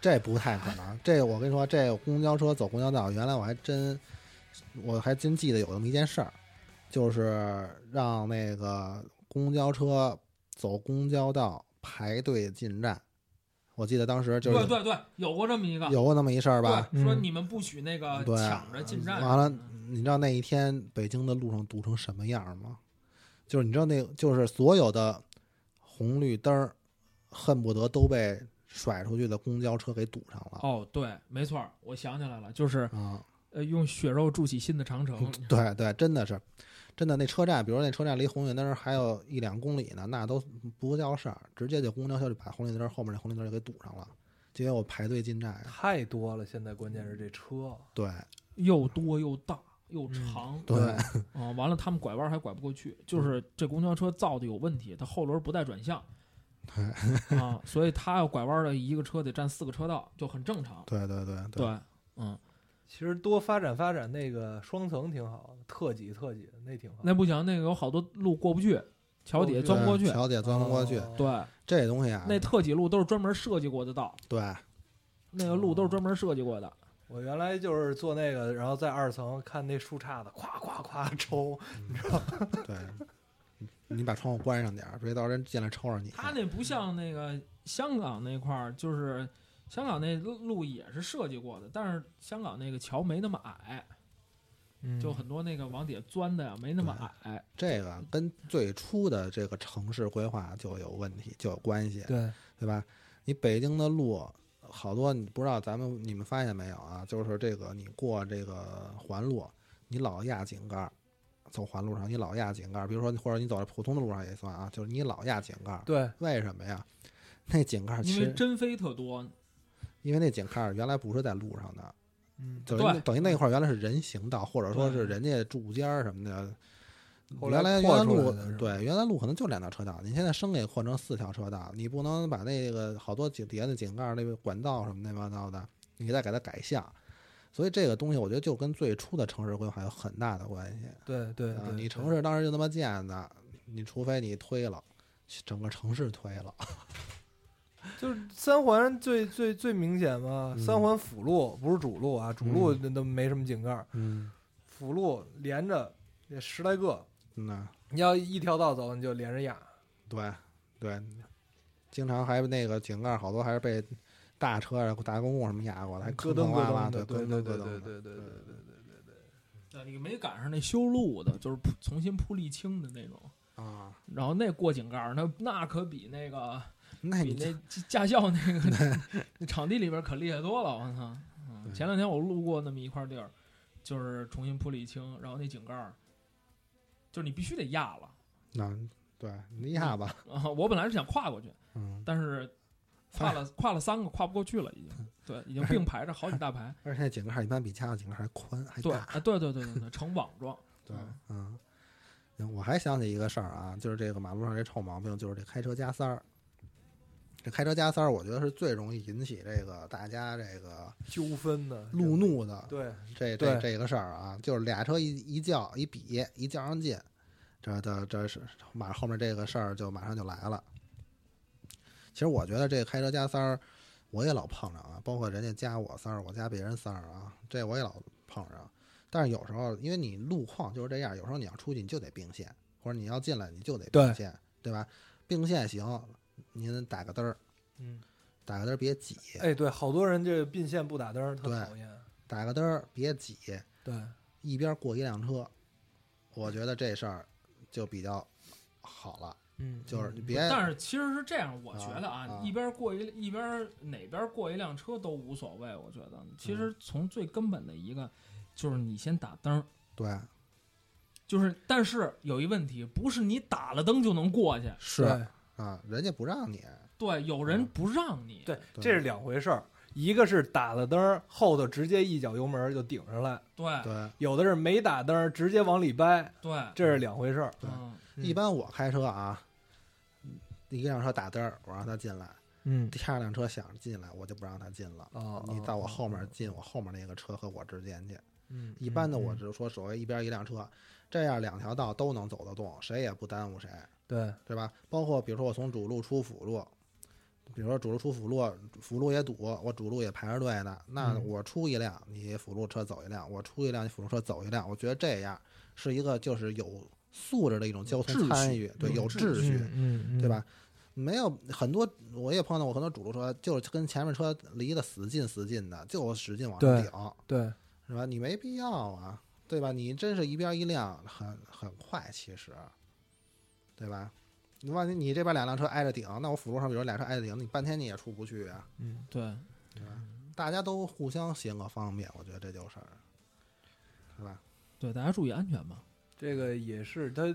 [SPEAKER 3] 这不太可能。这我跟你说，这公交车走公交道，原来我还真，我还真记得有那么一件事儿，就是让那个公交车走公交道排队进站。我记得当时就
[SPEAKER 2] 对
[SPEAKER 3] 是
[SPEAKER 2] 对对，有过这么一个，
[SPEAKER 3] 有过那么一事儿吧。
[SPEAKER 2] 对，说
[SPEAKER 1] 嗯
[SPEAKER 2] 你们不许那个
[SPEAKER 3] 对
[SPEAKER 2] 抢着进站。
[SPEAKER 3] 完了
[SPEAKER 2] 嗯，
[SPEAKER 3] 你知道那一天北京的路上堵成什么样吗？就是你知道那，就是所有的红绿灯儿，恨不得都被甩出去的公交车给堵上了。
[SPEAKER 2] 哦，对，没错儿，我想起来了，就是
[SPEAKER 3] 啊、
[SPEAKER 2] 呃，用血肉筑起新的长 城。
[SPEAKER 3] 嗯对对，真的是，真的那车站，比如那车站离红绿灯儿还有一两公里呢，那都不叫事儿，直接就公交车就把红绿灯儿后面那红绿灯儿就给堵上了，结果排队进站呀。
[SPEAKER 1] 啊太多了，现在关键是这车，
[SPEAKER 3] 对，
[SPEAKER 2] 又多又大又长，
[SPEAKER 3] 对，
[SPEAKER 2] 啊，完了他们拐弯还拐不过去，就是这公交车造的有问题，它后轮不带转 向，啊，所以它要拐弯的一个车得占四个车道，就很正常。
[SPEAKER 3] 对对对
[SPEAKER 2] 对，，嗯，
[SPEAKER 1] 其实多发展发展那个双层挺好的，特挤特挤的那挺好。
[SPEAKER 2] 那不行，那个有好多路过不去，桥底下
[SPEAKER 1] 对
[SPEAKER 2] 钻不过去
[SPEAKER 3] 对。小姐钻不过去，
[SPEAKER 1] 哦
[SPEAKER 2] 对，
[SPEAKER 3] 这东西啊，
[SPEAKER 2] 那特几路都是专门设计过的道，
[SPEAKER 3] 对
[SPEAKER 2] 那个路都是专门设计过的。
[SPEAKER 1] 我原来就是坐那个，然后在二层看那树杈子，咵咵咵抽，你知道吗？
[SPEAKER 3] 对，你把窗户关上点儿，别到人进来抽着你。
[SPEAKER 2] 它那不像那个香港那块儿，就是香港那路路也是设计过的，但是香港那个桥没那么矮，就
[SPEAKER 3] 嗯
[SPEAKER 1] 嗯
[SPEAKER 2] 很多那个往底下钻的呀，没那么矮。
[SPEAKER 3] 这个跟最初的这个城市规划就有问题，就有关系，
[SPEAKER 1] 对，
[SPEAKER 3] 对吧？你北京的路好多，你不知道咱们你们发现没有啊？就是这个你过这个环路，你老压井盖儿，走环路上你老压井盖儿，比如说或者你走在普通的路上也算啊，就是你老压井盖儿，
[SPEAKER 1] 对，
[SPEAKER 3] 为什么呀？那井盖儿其
[SPEAKER 2] 因为
[SPEAKER 3] 实
[SPEAKER 2] 真飞特多，
[SPEAKER 3] 因为那井盖儿原来不是在路上的，
[SPEAKER 1] 嗯，
[SPEAKER 3] 等于那
[SPEAKER 2] 对
[SPEAKER 3] 等于那块儿原来是人行道，或者说是
[SPEAKER 2] 对
[SPEAKER 3] 人家住间儿什么的。
[SPEAKER 1] 后来
[SPEAKER 3] 原来原
[SPEAKER 1] 扩
[SPEAKER 3] 来
[SPEAKER 1] 出来
[SPEAKER 3] 路
[SPEAKER 1] 的是吧
[SPEAKER 3] 对原来路可能就两条车道，你现在生给扩成四条车道，你不能把那个好多井底下的井盖儿那个管道什么乱七八糟的，你再给它改向。所以这个东西我觉得就跟最初的城市规划有很大的关系。
[SPEAKER 1] 对对
[SPEAKER 3] 啊
[SPEAKER 1] 对，
[SPEAKER 3] 你
[SPEAKER 1] 对
[SPEAKER 3] 城市当时就那么建的，你除非你推了，整个城市推了。
[SPEAKER 1] 就是三环最最最明显嘛，
[SPEAKER 3] 嗯
[SPEAKER 1] 三环辅路不是主路啊，主路那都没什么井盖儿，
[SPEAKER 3] 嗯，
[SPEAKER 1] 辅路连着也十来个，
[SPEAKER 3] 那
[SPEAKER 1] 你要一条道走你就连着压，
[SPEAKER 3] 对对，经常还那个井盖儿好多还是被大车啊、大公共什么压过的，还
[SPEAKER 1] 咯
[SPEAKER 3] 坑
[SPEAKER 1] 噔
[SPEAKER 3] 坑
[SPEAKER 1] 咯
[SPEAKER 3] 洼洼
[SPEAKER 1] 噔的，
[SPEAKER 3] 的，咯
[SPEAKER 1] 对
[SPEAKER 3] 噔
[SPEAKER 1] 对
[SPEAKER 3] 咯
[SPEAKER 1] 对
[SPEAKER 3] 噔
[SPEAKER 1] 对对
[SPEAKER 3] 的
[SPEAKER 1] 对对对对。
[SPEAKER 2] 对，你没赶上呃那修路的，就是铺重新铺沥青的那种。
[SPEAKER 3] 啊。
[SPEAKER 2] 然后那过井盖儿，那那可比那个
[SPEAKER 3] 那
[SPEAKER 2] 比
[SPEAKER 3] 你
[SPEAKER 2] 那驾驾校 那个那场地里边可厉害多了，我操！嗯前两天我路过那么一块地儿，就是重新铺沥青，然后那井盖儿，就是你必须得压了
[SPEAKER 3] 那对你压吧，
[SPEAKER 2] 啊！我本来是想跨过去，
[SPEAKER 3] 嗯，
[SPEAKER 2] 但是跨了跨了三个，跨不过去了，已经对，已经并排着好几大排，
[SPEAKER 3] 而且井盖儿一般比家的井盖儿还宽还
[SPEAKER 2] 对
[SPEAKER 3] 大，
[SPEAKER 2] 啊，对对对对对，成网状，
[SPEAKER 3] 对，嗯。行我还想起一个事儿啊，就是这个马路上这臭毛病，就是这开车加塞儿。这开车加塞儿，我觉得是最容易引起这个大家这个
[SPEAKER 1] 纠纷呢，
[SPEAKER 3] 路怒的，
[SPEAKER 1] 对，
[SPEAKER 3] 这这
[SPEAKER 1] 对
[SPEAKER 3] 这个事儿啊，就是俩车一一叫一比一较上劲，这这这是马后面这个事儿就马上就来了。其实我觉得这开车加塞儿，我也老碰上啊，包括人家加我塞儿，我加别人塞儿啊，这我也老碰上。但是有时候因为你路况就是这样，有时候你要出去你就得并线，或者你要进来你就得并
[SPEAKER 1] 对
[SPEAKER 3] 线，对吧？并线行，您打个嘚儿，
[SPEAKER 1] 嗯，
[SPEAKER 3] 打个嘚儿别挤，
[SPEAKER 1] 哎，对，好多人这并线不打灯儿特
[SPEAKER 3] 对
[SPEAKER 1] 讨厌，
[SPEAKER 3] 打个嘚儿别挤，
[SPEAKER 1] 对，
[SPEAKER 3] 一边过一辆车，我觉得这事儿就比较好了，
[SPEAKER 1] 嗯，
[SPEAKER 3] 就是你
[SPEAKER 1] 嗯
[SPEAKER 3] 别
[SPEAKER 2] 但是其实是这样，我觉得
[SPEAKER 3] 啊
[SPEAKER 2] 啊
[SPEAKER 3] 啊，
[SPEAKER 2] 一边过一一边哪边过一辆车都无所谓。我觉得其
[SPEAKER 1] 嗯
[SPEAKER 2] 实从最根本的一个，就是你先打灯儿，
[SPEAKER 3] 对
[SPEAKER 2] 就是但是有一问题，不是你打了灯就能过去。
[SPEAKER 3] 是
[SPEAKER 1] 对哎
[SPEAKER 3] 啊，人家不让你，
[SPEAKER 2] 对，有人
[SPEAKER 3] 嗯
[SPEAKER 2] 不让你。
[SPEAKER 1] 对，
[SPEAKER 3] 对
[SPEAKER 1] 这是两回事儿。一个是打了灯儿，后头直接一脚油门儿就顶上来；
[SPEAKER 2] 对
[SPEAKER 3] 对，
[SPEAKER 1] 有的是没打灯儿，直接往里掰，
[SPEAKER 2] 对，
[SPEAKER 1] 这是两回事儿。
[SPEAKER 3] 对
[SPEAKER 2] 嗯
[SPEAKER 1] 嗯
[SPEAKER 3] 一般我开车啊，一辆车打嘚儿，我让他进来，
[SPEAKER 1] 嗯，
[SPEAKER 3] 第二辆车想进来，我就不让他进了。
[SPEAKER 1] 哦，
[SPEAKER 3] 你
[SPEAKER 1] 哦
[SPEAKER 3] 到我后面，进，我后面那个车和我之间去。
[SPEAKER 1] 嗯，
[SPEAKER 3] 一般的，
[SPEAKER 1] 嗯
[SPEAKER 3] 我
[SPEAKER 1] 嗯
[SPEAKER 3] 就说所谓一边一辆车，这样两条道都能走得动，谁也不耽误谁。
[SPEAKER 1] 对，
[SPEAKER 3] 对吧？包括比如说我从主路出辅路，比如说主路出辅路，辅路也堵，我主路也排着队呢。那
[SPEAKER 1] 嗯
[SPEAKER 3] 我出一辆，你辅路车走一辆；我出一辆，你辅路车走一辆。我觉得这样是一个就是有素质的一种交通参与，对，
[SPEAKER 2] 有
[SPEAKER 3] 有
[SPEAKER 2] 秩
[SPEAKER 3] 秩序，
[SPEAKER 1] 嗯
[SPEAKER 3] 对？吧？没有很多，我也碰到过很多主路车，就是跟前面车离得死近死近的，就使劲往上
[SPEAKER 1] 对
[SPEAKER 3] 顶，
[SPEAKER 1] 对，
[SPEAKER 3] 是吧？你没必要啊，对吧？你真是一边一辆，很很快，其实，对吧？你万一你这边两辆车挨着顶，那我辅路上比如俩车挨着顶，你半天你也出不去啊。
[SPEAKER 1] 嗯，
[SPEAKER 2] 对，
[SPEAKER 3] 大家都互相行个方便，我觉得这就是，是吧？
[SPEAKER 2] 对，大家注意安全吧。
[SPEAKER 1] 这个也是他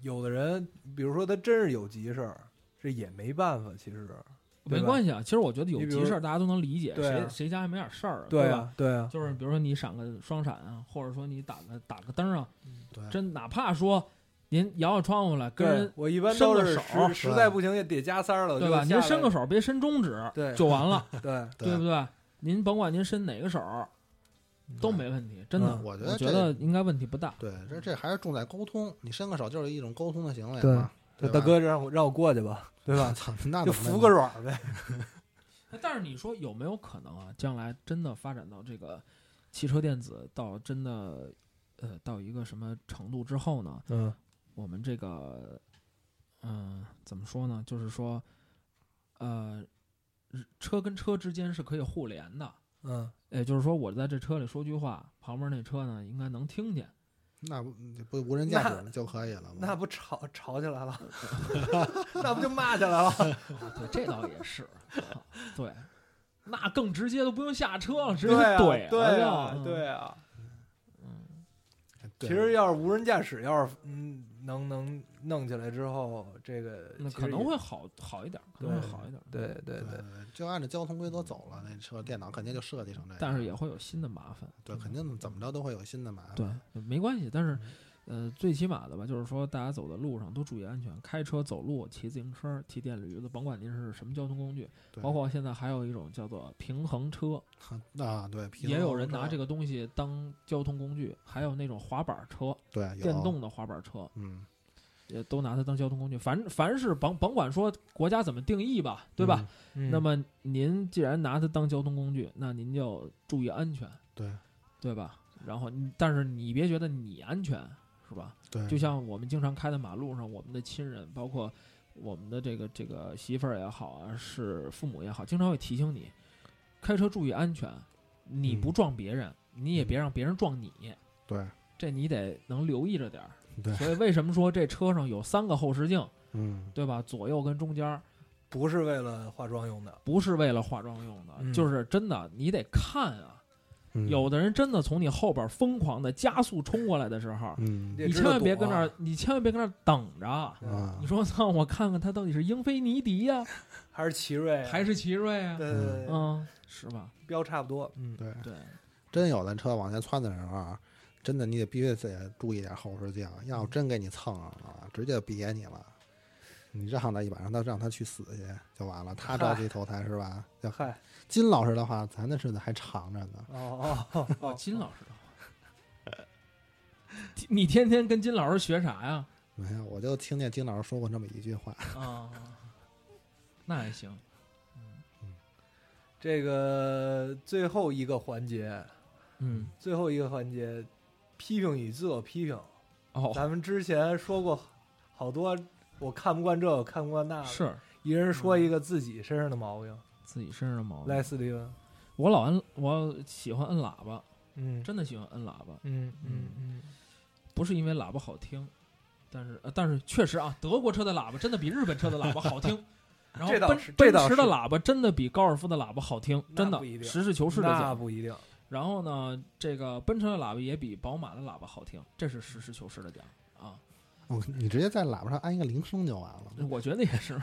[SPEAKER 1] 有的人，比如说他真是有急事儿，这也没办法，其实对
[SPEAKER 2] 没
[SPEAKER 1] 吧
[SPEAKER 2] 关系啊。其实我觉得有
[SPEAKER 1] 你比
[SPEAKER 2] 急
[SPEAKER 1] 如
[SPEAKER 2] 事儿大家都能理解，
[SPEAKER 1] 对啊
[SPEAKER 2] 谁谁家也没点事儿，
[SPEAKER 1] 对
[SPEAKER 2] 吧？
[SPEAKER 1] 啊，对啊，
[SPEAKER 2] 就是比如说你闪个双闪啊，或者说你打个打个灯啊，
[SPEAKER 3] 对
[SPEAKER 2] 真哪怕说您摇摇窗户来跟
[SPEAKER 1] 对
[SPEAKER 2] 人，
[SPEAKER 1] 我一般
[SPEAKER 2] 伸
[SPEAKER 1] 都
[SPEAKER 2] 个
[SPEAKER 1] 是
[SPEAKER 2] 手
[SPEAKER 1] 实实
[SPEAKER 3] 对
[SPEAKER 1] 在不行也得加塞儿了，
[SPEAKER 2] 对
[SPEAKER 1] 就下
[SPEAKER 2] 吧？您
[SPEAKER 1] 来
[SPEAKER 2] 伸个手，别伸中指，
[SPEAKER 1] 对
[SPEAKER 2] 就完了，
[SPEAKER 1] 对，
[SPEAKER 2] 对不对？您甭管您伸哪个手都没问题，真的
[SPEAKER 1] 嗯，
[SPEAKER 3] 我觉
[SPEAKER 2] 我
[SPEAKER 3] 得
[SPEAKER 2] 觉
[SPEAKER 3] 这
[SPEAKER 2] 得应该问题不大。
[SPEAKER 3] 对，这这还是重在沟通。你伸个手就是一种沟通的行为
[SPEAKER 1] 对
[SPEAKER 3] 嘛，对吧
[SPEAKER 1] 大， 哥让我让我过去吧，对 吧？
[SPEAKER 3] 操，那
[SPEAKER 1] 就
[SPEAKER 3] 怎么
[SPEAKER 1] 服
[SPEAKER 3] 能
[SPEAKER 1] 个软儿呗，
[SPEAKER 2] 但是你说有没有可能啊？将来真的发展到这个汽车电子到真的呃到一个什么程度之后呢？
[SPEAKER 1] 嗯
[SPEAKER 2] 我们这个嗯、怎么说呢？就是说呃车跟车之间是可以互联的。
[SPEAKER 1] 嗯，
[SPEAKER 2] 也就是说，我在这车里说句话，旁边那车呢应该能听见。
[SPEAKER 3] 那不不无人驾驶
[SPEAKER 1] 那
[SPEAKER 3] 就可以了
[SPEAKER 1] 那
[SPEAKER 3] 嘛？
[SPEAKER 1] 不吵吵起来了， 那不就骂起来了？
[SPEAKER 2] 对，这倒也是。啊对，那更直接都不用下车了，直接就
[SPEAKER 1] 对啊
[SPEAKER 2] 怼了
[SPEAKER 1] 对
[SPEAKER 2] 就
[SPEAKER 1] 啊，
[SPEAKER 2] 嗯
[SPEAKER 1] 对啊。
[SPEAKER 2] 嗯，
[SPEAKER 3] 对
[SPEAKER 1] 其实要是无人驾驶，要是嗯能能弄起来之后，这个
[SPEAKER 2] 那
[SPEAKER 1] 其
[SPEAKER 2] 可
[SPEAKER 1] 实
[SPEAKER 2] 能
[SPEAKER 1] 也
[SPEAKER 2] 会好好一点，可能会好一点，嗯
[SPEAKER 1] 对对
[SPEAKER 3] 对
[SPEAKER 1] 对，
[SPEAKER 3] 呃就按照交通规则走了，那车电脑肯定就设计成这样。
[SPEAKER 2] 但是也会有新的麻烦。
[SPEAKER 3] 对，
[SPEAKER 2] 真的
[SPEAKER 3] 肯定怎么着都会有新的麻烦。
[SPEAKER 2] 对，没关系。但是，
[SPEAKER 1] 嗯
[SPEAKER 2] 呃，最起码的吧，就是说大家走的路上都注意安全，开车、走路、骑自行车、骑电驴子，甭管您是什么交通工具，
[SPEAKER 3] 对，
[SPEAKER 2] 包括现在还有一种叫做平衡车，
[SPEAKER 3] 啊，对，皮
[SPEAKER 2] 也
[SPEAKER 3] 诺
[SPEAKER 2] 有人拿这
[SPEAKER 3] 个
[SPEAKER 2] 个东西当交通工具，还有那种滑板车，
[SPEAKER 3] 对有
[SPEAKER 2] 电动的滑板车
[SPEAKER 3] 嗯，
[SPEAKER 2] 也都拿它当交通工具。凡凡是甭甭管说国家怎么定义吧，对吧？
[SPEAKER 1] 嗯
[SPEAKER 2] 那么您既然拿它当交通工具，那您就注意安全，
[SPEAKER 3] 对
[SPEAKER 2] 对吧？然后你，但是你别觉得你安全是吧？
[SPEAKER 3] 对，
[SPEAKER 2] 就像我们经常开在马路上，我们的亲人，包括我们的这个这个媳妇儿也好啊，是父母也好，经常会提醒你，开车注意安全，你
[SPEAKER 3] 嗯
[SPEAKER 2] 不撞别人，你也别让别人撞你，
[SPEAKER 3] 对
[SPEAKER 2] 这你得能留意着点儿。
[SPEAKER 3] 对，
[SPEAKER 2] 所以为什么说这车上有三个后视镜，
[SPEAKER 3] 嗯，
[SPEAKER 2] 对吧？左右跟中间儿，
[SPEAKER 1] 不是为了化妆用的，
[SPEAKER 2] 不是为了化妆用的，
[SPEAKER 1] 嗯
[SPEAKER 2] 就是真的你得看啊。
[SPEAKER 3] 嗯
[SPEAKER 2] 有的人真的从你后边疯狂的加速冲过来的时候，
[SPEAKER 3] 嗯
[SPEAKER 1] 也
[SPEAKER 2] 你
[SPEAKER 1] 知
[SPEAKER 2] 千
[SPEAKER 1] 道
[SPEAKER 2] 万别跟
[SPEAKER 1] 躲
[SPEAKER 2] 那
[SPEAKER 1] 啊
[SPEAKER 2] 儿，你千万别跟那儿等着。
[SPEAKER 1] 对
[SPEAKER 3] 啊
[SPEAKER 2] 你，说操，我看看他到底是英菲尼迪呀、
[SPEAKER 1] 还是奇瑞啊，
[SPEAKER 2] 还是奇瑞啊？
[SPEAKER 1] 对对对，对
[SPEAKER 2] 嗯，是吧？
[SPEAKER 1] 标差不多，嗯，
[SPEAKER 3] 对，
[SPEAKER 2] 对，
[SPEAKER 3] 真有的车往前窜的时候啊，真的你得必须得注意点后视镜，要真给你蹭上了，啊直接别你了。你让他一把，让他让他去死去就完了，他 着急投胎是吧？就
[SPEAKER 1] 嗨，
[SPEAKER 3] 金老师的话，咱那是还长着呢。
[SPEAKER 1] 哦哦
[SPEAKER 2] 哦，
[SPEAKER 1] 哦，
[SPEAKER 2] 金老师的话， 你天天跟金老师学啥呀？
[SPEAKER 3] 没有，我就听见金老师说过那么一句话，
[SPEAKER 2] 啊，那也行。
[SPEAKER 1] 这个最后一个环节，
[SPEAKER 2] 嗯，
[SPEAKER 1] 最后一个环节，批评与自我批评，
[SPEAKER 2] 哦，
[SPEAKER 1] 咱们之前说过好多，我看不惯这，我看不惯那的，
[SPEAKER 2] 是
[SPEAKER 1] 一人说一个自己身上的毛病，
[SPEAKER 2] 自己身上的毛病。
[SPEAKER 1] 莱斯蒂文，
[SPEAKER 2] 我老摁，我喜欢摁喇叭，
[SPEAKER 1] 嗯
[SPEAKER 2] 真的喜欢摁喇叭，
[SPEAKER 1] 嗯嗯嗯，
[SPEAKER 2] 不是因为喇叭好听，但是、呃、但是确实啊，德国车的喇叭真的比日本车的喇叭好听。然 后
[SPEAKER 1] 这倒
[SPEAKER 2] 奔
[SPEAKER 1] 是这
[SPEAKER 2] 奔
[SPEAKER 1] 倒
[SPEAKER 2] 驰的
[SPEAKER 1] 是
[SPEAKER 2] 喇叭真的比高尔夫的喇叭好听，
[SPEAKER 1] 那
[SPEAKER 2] 真的
[SPEAKER 1] 不一，定
[SPEAKER 2] 实事求是的
[SPEAKER 1] 那
[SPEAKER 2] 讲。
[SPEAKER 1] 不一定，
[SPEAKER 2] 然后呢，这个奔驰的喇叭也比宝马的喇叭好听，这是实事求是的讲啊。
[SPEAKER 3] 我、你直接在喇叭上安一个铃声就完了。
[SPEAKER 2] 我觉得也是。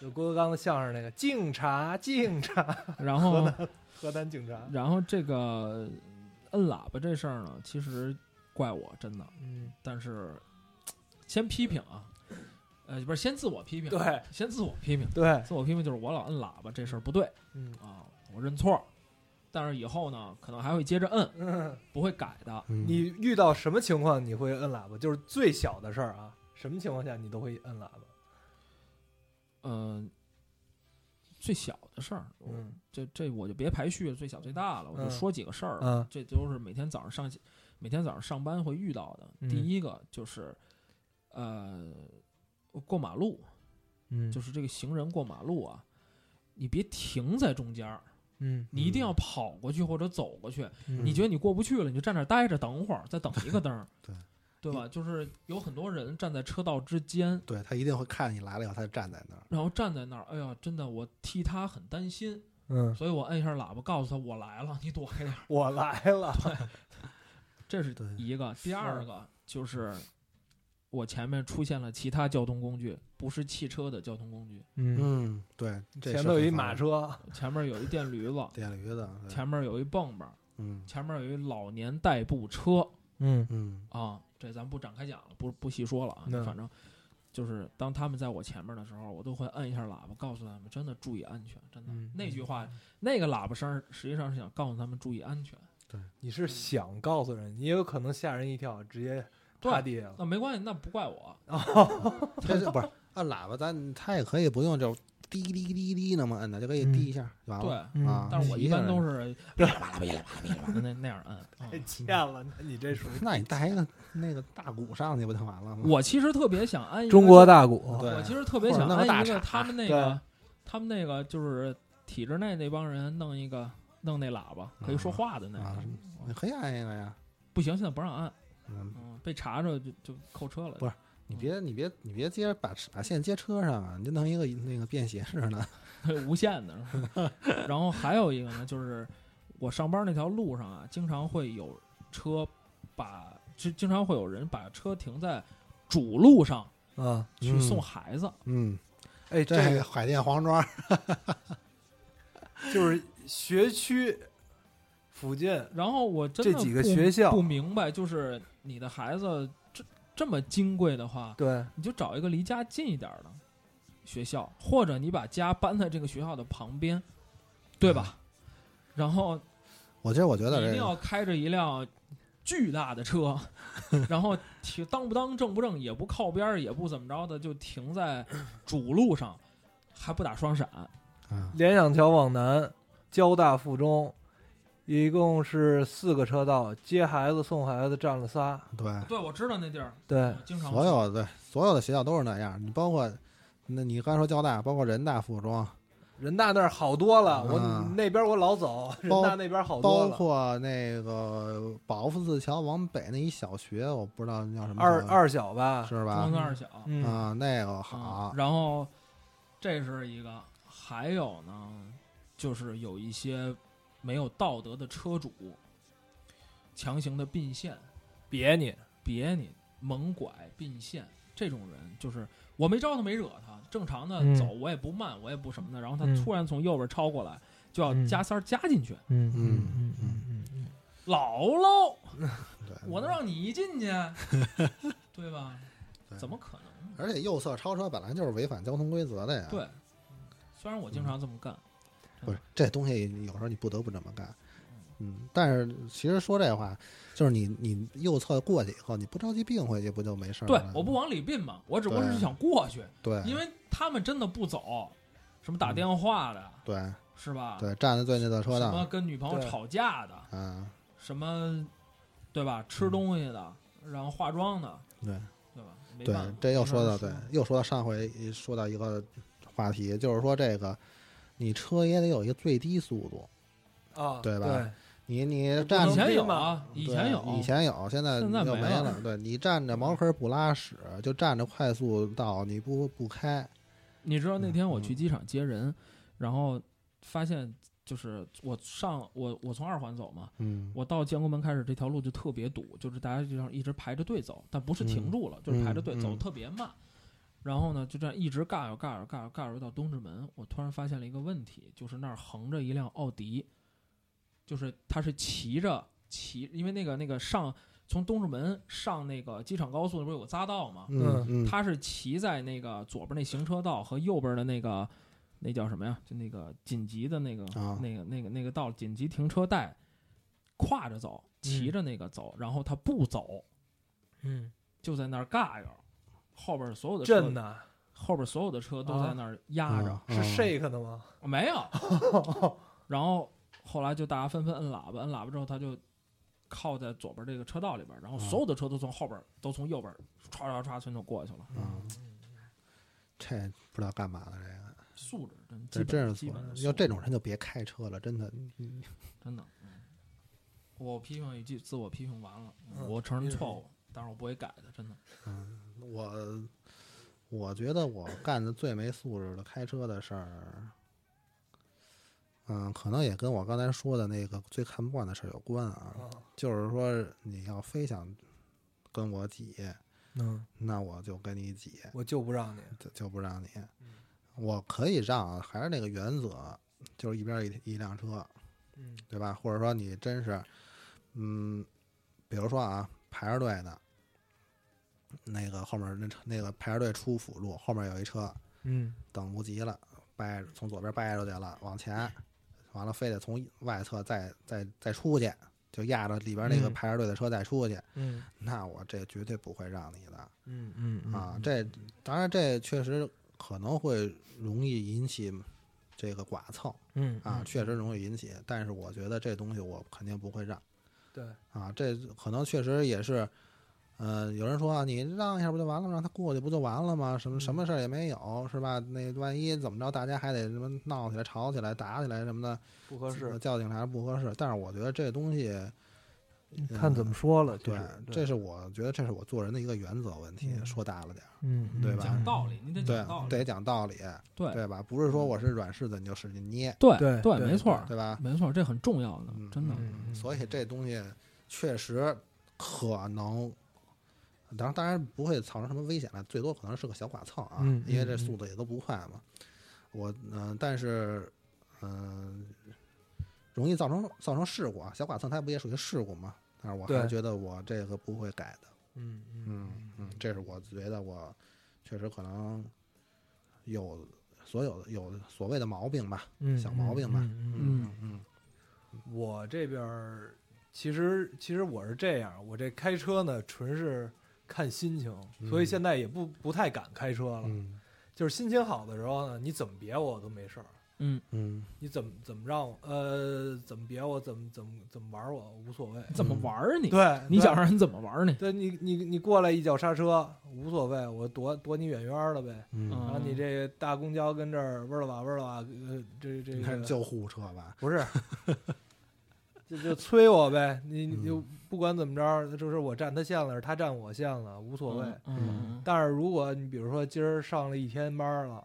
[SPEAKER 1] 就郭德纲的相声那个警察，警察，
[SPEAKER 2] 然后，
[SPEAKER 1] 河南警察，
[SPEAKER 2] 然后这个摁喇叭这事儿呢，其实怪我真的，
[SPEAKER 1] 嗯，
[SPEAKER 2] 但是先批评啊，呃，不是先自我批评，
[SPEAKER 1] 对，
[SPEAKER 2] 先自我批评，
[SPEAKER 1] 对，
[SPEAKER 2] 自我批评就是我老摁喇叭这事儿不对
[SPEAKER 1] 嗯
[SPEAKER 2] 啊，我认错儿，但是以后呢，可能还会接着摁，
[SPEAKER 1] 嗯。
[SPEAKER 2] 不会改的。
[SPEAKER 3] 嗯
[SPEAKER 1] 你遇到什么情况你会摁喇叭？就是最小的事儿啊，什么情况下你都会摁喇叭？
[SPEAKER 2] 嗯、最小的事儿，我
[SPEAKER 1] 嗯
[SPEAKER 2] 这这我就别排序，最小最大了，我就
[SPEAKER 1] 嗯
[SPEAKER 2] 说几个事儿吧。
[SPEAKER 1] 嗯
[SPEAKER 2] 这都是每天早上上每天早上上班会遇到的。
[SPEAKER 1] 嗯
[SPEAKER 2] 第一个就是，呃，过马路，
[SPEAKER 1] 嗯
[SPEAKER 2] 就是这个行人过马路啊，你别停在中间儿，
[SPEAKER 1] 嗯
[SPEAKER 2] 你一定
[SPEAKER 3] 嗯。
[SPEAKER 2] 要跑过去或者走过去。
[SPEAKER 1] 嗯
[SPEAKER 2] 你觉得你过不去了，你就站那儿待着，等会儿再等一个灯儿
[SPEAKER 3] 对。
[SPEAKER 2] 对吧？就是有很多人站在车道之间，
[SPEAKER 3] 对他一定会看你来了以后，他就站在那儿。
[SPEAKER 2] 然后站在那儿，哎呀，真的，我替他很担心，
[SPEAKER 1] 嗯，
[SPEAKER 2] 所以我摁一下喇叭，告诉他我来了，你躲开点儿。
[SPEAKER 1] 我来了，
[SPEAKER 2] 这是
[SPEAKER 3] 对
[SPEAKER 2] 一个。第二个就是我前面出现了其他交通工具，不是汽车的交通工具，
[SPEAKER 1] 嗯，
[SPEAKER 3] 嗯，对，这
[SPEAKER 1] 前
[SPEAKER 3] 是
[SPEAKER 1] 头有
[SPEAKER 3] 很
[SPEAKER 1] 一
[SPEAKER 3] 方
[SPEAKER 1] 马
[SPEAKER 3] 便，
[SPEAKER 1] 车，
[SPEAKER 2] 前面有一电驴子，
[SPEAKER 3] 电驴的，对
[SPEAKER 2] 前面有一蹦蹦，
[SPEAKER 3] 嗯
[SPEAKER 2] 前面有一老年代步车
[SPEAKER 1] 嗯
[SPEAKER 3] 嗯
[SPEAKER 2] 啊，这咱不展开讲了，不不细说了啊
[SPEAKER 1] 嗯，
[SPEAKER 2] 反正。就是当他们在我前面的时候，我都会摁一下喇叭，告诉他们真的注意安全，真的。
[SPEAKER 1] 嗯
[SPEAKER 2] 那句话，那个喇叭声儿实际上是想告诉他们注意安全。
[SPEAKER 1] 你是想告诉人，也有可能吓人一跳，直接趴地下了。
[SPEAKER 2] 那没关系，那不怪我。
[SPEAKER 3] 这是不是按喇叭？咱他也可以不用，就滴滴滴滴那么摁的，就可以滴一下就完
[SPEAKER 2] 对
[SPEAKER 3] 了。，
[SPEAKER 1] 嗯
[SPEAKER 3] 啊
[SPEAKER 2] 但是我一般都
[SPEAKER 3] 是
[SPEAKER 2] 是噼里啪啦噼里啪啦噼里啪啦那那样 摁。
[SPEAKER 1] 太
[SPEAKER 2] 嗯
[SPEAKER 1] 欠了，那你这属于
[SPEAKER 3] 那你带一个那个大鼓上去不就完了吗？
[SPEAKER 2] 我其实特别想安一 个
[SPEAKER 1] 中国，大鼓，
[SPEAKER 3] 对
[SPEAKER 2] 我其实特别想
[SPEAKER 3] 嗯或者弄个
[SPEAKER 2] 安
[SPEAKER 3] 大啊
[SPEAKER 2] 一个
[SPEAKER 3] 叉
[SPEAKER 2] 他们那
[SPEAKER 1] 对
[SPEAKER 2] 个他们那个就是体制内那帮人弄一个弄那喇叭可以说话的那
[SPEAKER 1] 嗯
[SPEAKER 3] 啊
[SPEAKER 2] 个，
[SPEAKER 3] 你可以按一个呀。
[SPEAKER 2] 不行，现在不让按，
[SPEAKER 3] 嗯，
[SPEAKER 2] 嗯，被查着就就扣车了
[SPEAKER 3] 不。是你别你别你别接着把把线接车上啊，你就弄一个那个便携式的。
[SPEAKER 2] 无限的。是 吧然后还有一个呢，就是我上班那条路上啊，经常会有车把，就经常会有人把车停在主路上
[SPEAKER 1] 啊，
[SPEAKER 2] 去送
[SPEAKER 3] 嗯
[SPEAKER 2] 孩子。
[SPEAKER 3] 嗯，
[SPEAKER 1] 哎，
[SPEAKER 3] 这
[SPEAKER 1] 这个
[SPEAKER 3] 海淀黄庄，
[SPEAKER 1] 就是学区附近，
[SPEAKER 2] 然后我真的
[SPEAKER 1] 这几个
[SPEAKER 2] 不
[SPEAKER 1] 学校
[SPEAKER 2] 不明白，就是你的孩子这这么金贵的话，
[SPEAKER 1] 对，
[SPEAKER 2] 你就找一个离家近一点儿的学校，或者你把家搬在这个学校的旁边，对
[SPEAKER 3] 嗯
[SPEAKER 2] 吧？然后
[SPEAKER 3] 我这我觉
[SPEAKER 2] 你一
[SPEAKER 3] 得
[SPEAKER 2] 定
[SPEAKER 3] 这
[SPEAKER 2] 要开着一辆巨大 的车，然后停当不当正不正也不靠边儿也不怎么着的，就停在主路上，还不打双闪。
[SPEAKER 3] 啊，
[SPEAKER 1] 联想桥往南，交大附中，一共是四个车道，接孩子送孩子占了仨。
[SPEAKER 3] 对，
[SPEAKER 2] 对，我知道那地儿，
[SPEAKER 1] 对，
[SPEAKER 2] 经常
[SPEAKER 3] 哎所有对所有的学校都是那样。你包括那你刚才说交大，包括人大附中，
[SPEAKER 1] 人大那儿好多了，我
[SPEAKER 3] 嗯
[SPEAKER 1] 那边我老走，人大那边好多
[SPEAKER 3] 包
[SPEAKER 1] 了。
[SPEAKER 3] 括那个保福寺桥往北那一小学，我不知道叫什么
[SPEAKER 1] 二
[SPEAKER 3] 学
[SPEAKER 1] 二小吧，
[SPEAKER 3] 是
[SPEAKER 2] 中
[SPEAKER 3] 吧
[SPEAKER 2] 关？村二小
[SPEAKER 1] 嗯，
[SPEAKER 3] 啊，那个
[SPEAKER 2] 啊
[SPEAKER 3] 好，，
[SPEAKER 2] 然后这是一个，还有呢，就是有一些没有道德的车主强行的并线，
[SPEAKER 1] 别你，
[SPEAKER 2] 别你猛拐并线，这种人就是我没招他没惹他，正常的
[SPEAKER 1] 嗯
[SPEAKER 2] 走我也不慢我也不什么的，然后他
[SPEAKER 1] 嗯
[SPEAKER 2] 突然从右边超过来，就要
[SPEAKER 1] 嗯
[SPEAKER 2] 加塞儿加进去，
[SPEAKER 1] 嗯
[SPEAKER 3] 嗯嗯
[SPEAKER 1] 嗯嗯，
[SPEAKER 2] 老喽，
[SPEAKER 3] 对，
[SPEAKER 2] 我能让你 一进去，对吧？
[SPEAKER 3] 对
[SPEAKER 2] 怎么可能？
[SPEAKER 3] 而且右侧超车本来就是违反交通规则的呀。，
[SPEAKER 2] 对，虽然我
[SPEAKER 1] 嗯
[SPEAKER 2] 经常这么干，嗯
[SPEAKER 3] 不是这东西有时候你不得不这么干。嗯，但是其实说这话，就是你你右侧过去以后，你不着急并回去，不就没事儿
[SPEAKER 2] 对
[SPEAKER 3] 了吗？，
[SPEAKER 2] 我不往里并嘛，我只不过是
[SPEAKER 3] 嗯对
[SPEAKER 2] 想过去，
[SPEAKER 3] 对，
[SPEAKER 2] 因为他们真的不走，什么打电话的，
[SPEAKER 3] 对
[SPEAKER 2] 是吧？
[SPEAKER 3] 对，站在最近的车
[SPEAKER 2] 啊什么
[SPEAKER 3] 道，
[SPEAKER 2] 跟女朋友
[SPEAKER 1] 对
[SPEAKER 2] 吵架的，
[SPEAKER 3] 啊，
[SPEAKER 2] 什么，对吧？吃东西的，然后化妆的，
[SPEAKER 3] 嗯对
[SPEAKER 2] 对吧？没
[SPEAKER 3] 对
[SPEAKER 2] 办法，
[SPEAKER 3] 这又说到
[SPEAKER 2] 没
[SPEAKER 3] 对
[SPEAKER 2] 办法，
[SPEAKER 3] 又说到上回说到一个话题，就是说这个你车也得有一个最低速度，
[SPEAKER 1] 啊，
[SPEAKER 3] 对吧你你
[SPEAKER 1] 不
[SPEAKER 3] 站
[SPEAKER 1] 能
[SPEAKER 2] 以
[SPEAKER 3] 着
[SPEAKER 2] 前有
[SPEAKER 1] 嘛
[SPEAKER 2] 啊，以前有，
[SPEAKER 3] 对以前有，现在
[SPEAKER 2] 现在
[SPEAKER 3] 就
[SPEAKER 2] 没
[SPEAKER 3] 了。
[SPEAKER 2] 了嗯
[SPEAKER 3] 对你站着茅坑不拉屎，就站着快速道你不不开，
[SPEAKER 2] 你知道那天我
[SPEAKER 3] 嗯
[SPEAKER 2] 去机场接人，然后发现就是我上我我从二环走嘛，
[SPEAKER 3] 嗯
[SPEAKER 2] 我到建国门开始，这条路就特别堵，就是大家就这样一直排着队走，但不是停住了，就是排着队、
[SPEAKER 3] 嗯嗯
[SPEAKER 2] 走，得特别慢。然后呢，就这样一直尬悠尬悠尬悠尬悠到东直门，我突然发现了一个问题，就是那儿横着一辆奥迪，就是它是骑着骑，因为那个那个上从东直门上那个机场高速那不是有个匝道吗？
[SPEAKER 3] 嗯嗯，
[SPEAKER 2] 它是骑在那个左边那行车道和右边的那个那叫什么呀？就那个紧急的那个、
[SPEAKER 3] 啊
[SPEAKER 2] 那个那个那个道紧急停车带，跨着走，
[SPEAKER 3] 嗯
[SPEAKER 2] 骑着那个走，然后他不走，
[SPEAKER 1] 嗯，
[SPEAKER 2] 就在那儿尬悠，后边所有的车
[SPEAKER 1] 震，呐，
[SPEAKER 2] 后边所有的车都在那儿压
[SPEAKER 3] 啊
[SPEAKER 2] 着，
[SPEAKER 1] 是 shake 的吗？
[SPEAKER 2] 没有。然后后来就大家纷纷摁喇叭，摁喇叭之后他就。靠在左边这个车道里边，然后
[SPEAKER 3] 啊
[SPEAKER 2] 所有的车都从后边，都从右边唰唰唰全都过去了。
[SPEAKER 3] 啊，这不知道干嘛的这
[SPEAKER 2] 素质真
[SPEAKER 3] 个，这
[SPEAKER 2] 基本
[SPEAKER 3] 真是
[SPEAKER 2] 基
[SPEAKER 3] 错
[SPEAKER 2] 本上。
[SPEAKER 3] 要
[SPEAKER 2] 素质
[SPEAKER 3] 这种人就别开车了，真的。
[SPEAKER 2] 真的，嗯我批评一句，自我批评完了，
[SPEAKER 1] 嗯
[SPEAKER 2] 我承
[SPEAKER 1] 你
[SPEAKER 2] 认
[SPEAKER 1] 是
[SPEAKER 2] 错误，但是我不会改的，真的。
[SPEAKER 3] 我我觉得我干的最没素质的开车的事儿，嗯，可能也跟我刚才说的那个最看不惯的事儿有关啊。
[SPEAKER 1] 啊，
[SPEAKER 3] 就是说你要非想跟我挤，
[SPEAKER 1] 嗯，
[SPEAKER 3] 那我就跟你挤，
[SPEAKER 1] 我就不让你，
[SPEAKER 3] 就就不让你。
[SPEAKER 1] 嗯
[SPEAKER 3] 我可以让，啊还是那个原则，就是一边一一辆车，
[SPEAKER 1] 嗯
[SPEAKER 3] 对吧？或者说你真是，嗯，比如说啊，排着队呢，那个后面那车那个排着队出辅路，后面有一车
[SPEAKER 1] 嗯
[SPEAKER 3] 等不及了，掰从左边掰出去了，往前，完了非得从外侧再再再出去，就压着里边那个
[SPEAKER 1] 嗯
[SPEAKER 3] 排着队的车再出去，
[SPEAKER 1] 嗯
[SPEAKER 3] 那我这绝对不会让你的。
[SPEAKER 1] 嗯嗯
[SPEAKER 3] 啊，这当然这确实可能会容易引起这个剐蹭
[SPEAKER 1] 嗯
[SPEAKER 3] 啊，确实容易引起。但是我觉得这东西我肯定不会让
[SPEAKER 1] 对，
[SPEAKER 3] 啊，这可能确实也是，呃，有人说啊，你让一下不就完了吗，让他过去不就完了吗？什么
[SPEAKER 1] 嗯
[SPEAKER 3] 什么事儿也没有，是吧？那万一怎么着，大家还得什么闹起来、吵起来、打起来什么的，
[SPEAKER 1] 不合适，
[SPEAKER 3] 叫警察不合适。但是我觉得这东西，
[SPEAKER 1] 看怎么说了，
[SPEAKER 3] 对，这
[SPEAKER 1] 这
[SPEAKER 3] 是我觉得这是我做人的一个原则问题，
[SPEAKER 1] 嗯
[SPEAKER 3] 说大了点儿，
[SPEAKER 1] 嗯
[SPEAKER 3] 对吧
[SPEAKER 2] 讲道理，你得
[SPEAKER 3] 对
[SPEAKER 2] 讲道，理，
[SPEAKER 3] 得讲道理。
[SPEAKER 2] 对
[SPEAKER 3] 对吧？不是说我是软柿子你就使劲捏，
[SPEAKER 2] 对
[SPEAKER 1] 对对
[SPEAKER 2] 没错儿，
[SPEAKER 3] 对吧？
[SPEAKER 2] 没错儿，这很重要的
[SPEAKER 3] 嗯，
[SPEAKER 2] 真的。
[SPEAKER 1] 嗯
[SPEAKER 3] 所以这东西确实可能，当然当然不会造成什么危险了，最多可能是个小剐蹭啊，
[SPEAKER 1] 嗯
[SPEAKER 3] 因为这
[SPEAKER 1] 嗯
[SPEAKER 3] 速度也都不快嘛。我嗯、但是嗯、容易造成造成事故啊，小剐蹭它不也属于事故吗？但是我还
[SPEAKER 1] 对
[SPEAKER 3] 是觉得我这个不会改的，
[SPEAKER 1] 嗯
[SPEAKER 3] 嗯嗯，这是我觉得我确实可能有所有的有所谓的毛病吧，
[SPEAKER 1] 嗯
[SPEAKER 3] 小毛病吧
[SPEAKER 1] 嗯，
[SPEAKER 2] 嗯，
[SPEAKER 3] 嗯
[SPEAKER 1] 我这边儿其实其实我是这样，我这开车呢纯是看心情，所以
[SPEAKER 3] 嗯
[SPEAKER 1] 现在也不不太敢开车了。
[SPEAKER 3] 嗯
[SPEAKER 1] 就是心情好的时候呢，你怎么别我都没事儿，
[SPEAKER 3] 嗯
[SPEAKER 1] 你怎么怎么让我呃怎么别我怎么怎么怎么玩我无所 谓。
[SPEAKER 2] 怎么玩儿你？
[SPEAKER 1] 对
[SPEAKER 2] 你
[SPEAKER 1] 对
[SPEAKER 2] 想让人怎么玩儿你？
[SPEAKER 1] 对你你你过来一脚刹车无所谓，我躲躲你远远儿的呗。
[SPEAKER 3] 嗯，
[SPEAKER 1] 然后你这大公交跟这儿嗡儿了吧嗡儿了吧，呃这这
[SPEAKER 3] 你还是
[SPEAKER 1] 个
[SPEAKER 3] 救护车吧？
[SPEAKER 1] 不是， 就就催我呗。你你就不管怎么着，就是我占他线了，是他占我线了，无所谓。
[SPEAKER 2] 嗯嗯
[SPEAKER 1] 但是如果你比如说今儿上了一天班了，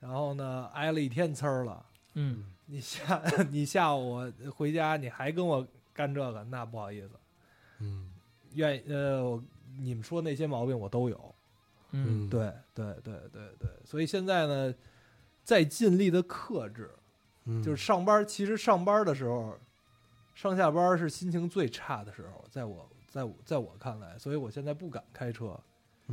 [SPEAKER 1] 然后呢挨了一天呲儿了，
[SPEAKER 2] 嗯
[SPEAKER 1] 你下 你下午我回家你还跟我干这个，那不好意思，
[SPEAKER 3] 嗯
[SPEAKER 1] 愿意呃我你们说那些毛病我都有。
[SPEAKER 2] 嗯，
[SPEAKER 1] 对对对对对，所以现在呢，在尽力的克制。
[SPEAKER 3] 嗯
[SPEAKER 1] 就是上班，其实上班的时候，上下班是心情最差的时候，在我在我在我看来，所以我现在不敢开车，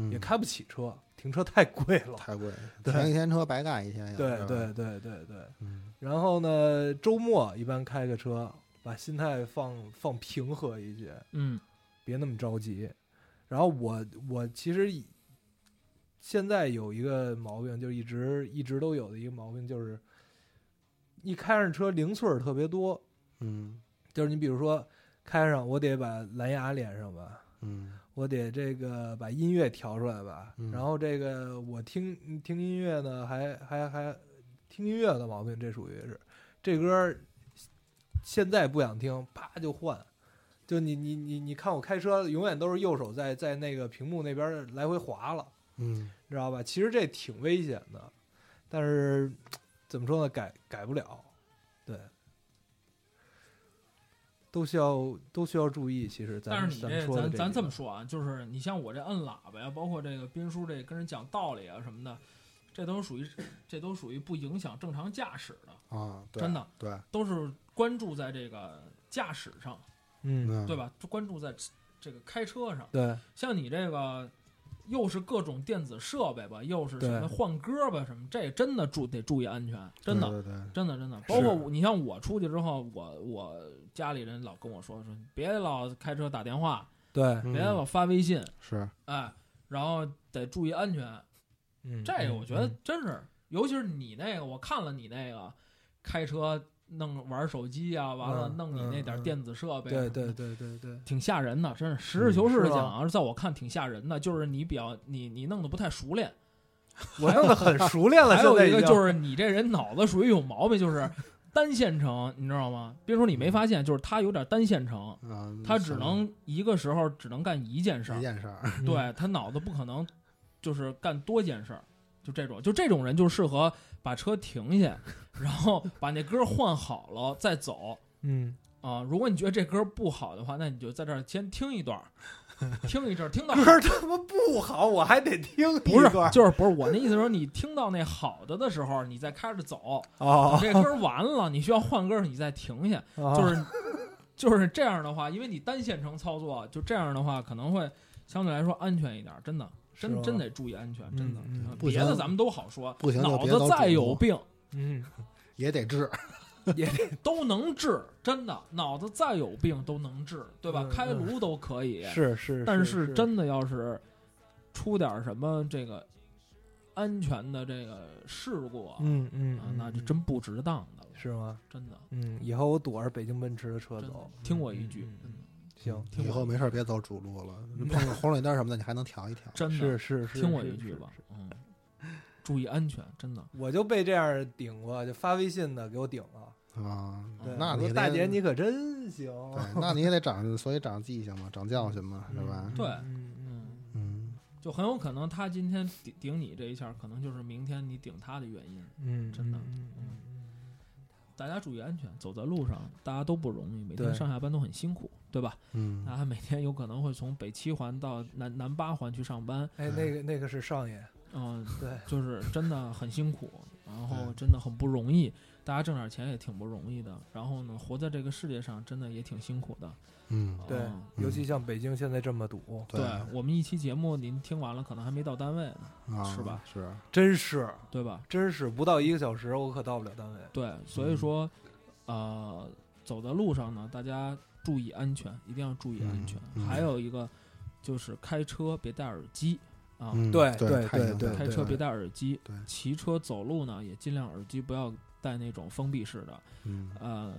[SPEAKER 1] 也
[SPEAKER 3] 嗯
[SPEAKER 1] 开不起车，停车太贵了。
[SPEAKER 3] 太贵了，
[SPEAKER 1] 对
[SPEAKER 3] 停一天车白干一天呀。
[SPEAKER 1] 对
[SPEAKER 3] 是吧
[SPEAKER 1] 对，对对对。
[SPEAKER 3] 嗯
[SPEAKER 1] 然后呢，周末一般开个车，把心态放放平和一些，
[SPEAKER 2] 嗯
[SPEAKER 1] 别那么着急。然后我我其实以现在有一个毛病，就一直一直都有的一个毛病，就是一开上车零碎儿特别多。
[SPEAKER 3] 嗯
[SPEAKER 1] 就是你比如说开上，我得把蓝牙连上吧，
[SPEAKER 3] 嗯
[SPEAKER 1] 我得这个把音乐调出来吧，
[SPEAKER 3] 嗯
[SPEAKER 1] 然后这个我听听音乐呢，还还还听音乐的毛病，这属于是这歌儿现在不想听，啪就换。就你你你你看我开车永远都是右手在在那个屏幕那边儿来回划了，
[SPEAKER 3] 嗯
[SPEAKER 1] 你知道吧？其实这挺危险的，但是怎么说呢，改改不了，对，都需要都需要注意。其实咱
[SPEAKER 2] 但
[SPEAKER 1] 们，
[SPEAKER 2] 是你
[SPEAKER 1] 咱们说的
[SPEAKER 2] 咱咱
[SPEAKER 1] 这个
[SPEAKER 2] 这么，说啊，就是你像我这摁喇叭呀，包括这个斌叔这跟人讲道理啊什么的，这都属于这都属于不影响正常驾驶的，
[SPEAKER 3] 啊，对
[SPEAKER 2] 真的
[SPEAKER 3] 对，
[SPEAKER 2] 都是关注在这个驾驶上，
[SPEAKER 1] 嗯，
[SPEAKER 3] 嗯
[SPEAKER 2] 对？吧？就关注在这个开车上。
[SPEAKER 1] 对，
[SPEAKER 2] 像你这个，又是各种电子设备吧，又是什
[SPEAKER 1] 对
[SPEAKER 2] 么换歌吧，什么这真的注得注意安全，真的。
[SPEAKER 3] 对对对，
[SPEAKER 2] 真的真的，包括我你像我出去之后，我我家里人老跟我说说，别老开车打电话，
[SPEAKER 1] 对，
[SPEAKER 3] 嗯
[SPEAKER 2] 别老发微信，
[SPEAKER 3] 是
[SPEAKER 2] 哎，然后得注意安全。
[SPEAKER 1] 嗯，
[SPEAKER 2] 这个我觉得
[SPEAKER 1] 嗯
[SPEAKER 2] 真是，尤其是你那个，我看了你那个开车弄玩手机啊，完了
[SPEAKER 1] 嗯
[SPEAKER 2] 弄你那点
[SPEAKER 1] 嗯嗯
[SPEAKER 2] 电子设备，
[SPEAKER 1] 对对，对对 对，
[SPEAKER 2] 挺吓人的，真是实事求是
[SPEAKER 1] 嗯
[SPEAKER 2] 的
[SPEAKER 1] 是吧
[SPEAKER 2] 讲啊，在我看挺吓人的，就是你比较你你弄得不太熟练，
[SPEAKER 1] 我弄得很熟练了，
[SPEAKER 2] 还有一
[SPEAKER 1] 现在
[SPEAKER 2] 个
[SPEAKER 1] 已经
[SPEAKER 2] 就是你这人脑子属于有毛病，就是单线程，你知道吗？别说你
[SPEAKER 1] 嗯
[SPEAKER 2] 没发现，就是他有点单线程，
[SPEAKER 3] 啊，
[SPEAKER 2] 他只能一个时候只能干一件事
[SPEAKER 3] 一
[SPEAKER 2] 儿，
[SPEAKER 3] 件事儿，
[SPEAKER 1] 嗯
[SPEAKER 2] 对他脑子不可能就是干多件事儿，就这种，就这种人就适合把车停下，然后把那歌换好了再走。
[SPEAKER 1] 嗯，
[SPEAKER 2] 啊，如果你觉得这歌不好的话，那你就在这儿先听一段儿，听一阵儿，听到
[SPEAKER 1] 歌儿 他妈不好，我还得听一
[SPEAKER 2] 不是
[SPEAKER 1] 段儿
[SPEAKER 2] 就是不是我那意思是说，你听到那好的的时候，你再开始走，
[SPEAKER 1] 哦，
[SPEAKER 2] 这歌儿完了，你需要换歌儿，你再停下，就
[SPEAKER 1] 就是
[SPEAKER 2] 就是这样的话，因为你单线程操作，就这样的话可能会相对来说安全一点，真的，
[SPEAKER 1] 是
[SPEAKER 2] 真
[SPEAKER 1] 吗
[SPEAKER 2] 真得注意安全，真的。
[SPEAKER 1] 嗯嗯
[SPEAKER 3] 不
[SPEAKER 2] 别
[SPEAKER 3] 行
[SPEAKER 2] 的咱们都好说，
[SPEAKER 3] 不行就
[SPEAKER 2] 脑
[SPEAKER 3] 别
[SPEAKER 2] 子
[SPEAKER 3] 都
[SPEAKER 2] 再
[SPEAKER 3] 主
[SPEAKER 2] 有
[SPEAKER 3] 动
[SPEAKER 2] 病
[SPEAKER 1] 嗯，
[SPEAKER 3] 也得治。
[SPEAKER 1] 也得
[SPEAKER 2] 都能治，真的，脑子再有病都能治，对吧？
[SPEAKER 1] 嗯
[SPEAKER 2] 开颅都可以，
[SPEAKER 1] 是是，
[SPEAKER 2] 嗯但
[SPEAKER 1] 是
[SPEAKER 2] 是真的要是出点什么这个安全的这个事故啊，
[SPEAKER 1] 嗯嗯
[SPEAKER 2] 啊，
[SPEAKER 1] 嗯
[SPEAKER 2] 那就真不值当的了，
[SPEAKER 1] 是吗？
[SPEAKER 2] 真的。
[SPEAKER 1] 嗯，以后我躲着北京奔驰的车
[SPEAKER 2] 真的
[SPEAKER 1] 走，
[SPEAKER 2] 听我一句，
[SPEAKER 1] 嗯嗯
[SPEAKER 2] 嗯
[SPEAKER 1] 行，
[SPEAKER 2] 听
[SPEAKER 3] 以
[SPEAKER 2] 我
[SPEAKER 3] 后没事儿别走主路了，碰个红绿灯什么的，你还能调一调。
[SPEAKER 2] 真
[SPEAKER 1] 是
[SPEAKER 2] 的
[SPEAKER 1] 是是，
[SPEAKER 2] 听我
[SPEAKER 1] 是
[SPEAKER 2] 一句
[SPEAKER 1] 是
[SPEAKER 2] 吧
[SPEAKER 1] 是，
[SPEAKER 2] 嗯，注意安全，真的。
[SPEAKER 1] 我就被这样顶过，就发微信的给我顶了。
[SPEAKER 3] 啊
[SPEAKER 1] 对，
[SPEAKER 3] 那
[SPEAKER 1] 我
[SPEAKER 3] 你
[SPEAKER 1] 说
[SPEAKER 3] 得
[SPEAKER 1] 大姐你可真行，
[SPEAKER 3] 对，那你也得长，所以长记性嘛，长教训嘛，是吧
[SPEAKER 1] 嗯？
[SPEAKER 2] 对
[SPEAKER 1] 嗯嗯，
[SPEAKER 2] 嗯，
[SPEAKER 3] 嗯，
[SPEAKER 2] 就很有可能他今天顶顶你这一下，可能就是明天你顶他的原因。
[SPEAKER 1] 嗯，
[SPEAKER 2] 真的
[SPEAKER 1] 嗯嗯
[SPEAKER 2] 大家注意安全，走在路上大家都不容易，每天
[SPEAKER 1] 对
[SPEAKER 2] 上下班都很辛苦，对吧？
[SPEAKER 3] 嗯
[SPEAKER 2] 大家每天有可能会从北七环到南南八环去上班，
[SPEAKER 1] 哎，那个那个是上爷，
[SPEAKER 2] 嗯、
[SPEAKER 1] 对，
[SPEAKER 2] 就是真的很辛苦，然后
[SPEAKER 3] 嗯
[SPEAKER 2] 真的很不容易，大家挣点钱也挺不容易的，然后呢，活在这个世界上真的也挺辛苦的。
[SPEAKER 3] 嗯，
[SPEAKER 1] 对
[SPEAKER 2] 嗯
[SPEAKER 1] 尤其像北京现在这么堵，
[SPEAKER 2] 对我们一期节目您听完了，可能还没到单位呢，
[SPEAKER 3] 啊，
[SPEAKER 2] 是吧？
[SPEAKER 3] 是，
[SPEAKER 1] 真是
[SPEAKER 2] 对吧？
[SPEAKER 1] 真是不到一个小时，我可到不了单位。
[SPEAKER 2] 对，所以说，呃，走在路上呢，大家注意安全，一定要注意安全。
[SPEAKER 3] 嗯嗯
[SPEAKER 2] 还有一个就是开车别戴耳机啊，
[SPEAKER 3] 嗯
[SPEAKER 1] 对对
[SPEAKER 3] 对太
[SPEAKER 1] 对
[SPEAKER 3] 影响
[SPEAKER 1] 对
[SPEAKER 3] 了
[SPEAKER 2] 开车别戴耳机
[SPEAKER 3] 对，
[SPEAKER 2] 骑车走路呢也尽量耳机不要戴那种封闭式的，
[SPEAKER 3] 嗯
[SPEAKER 2] 呃，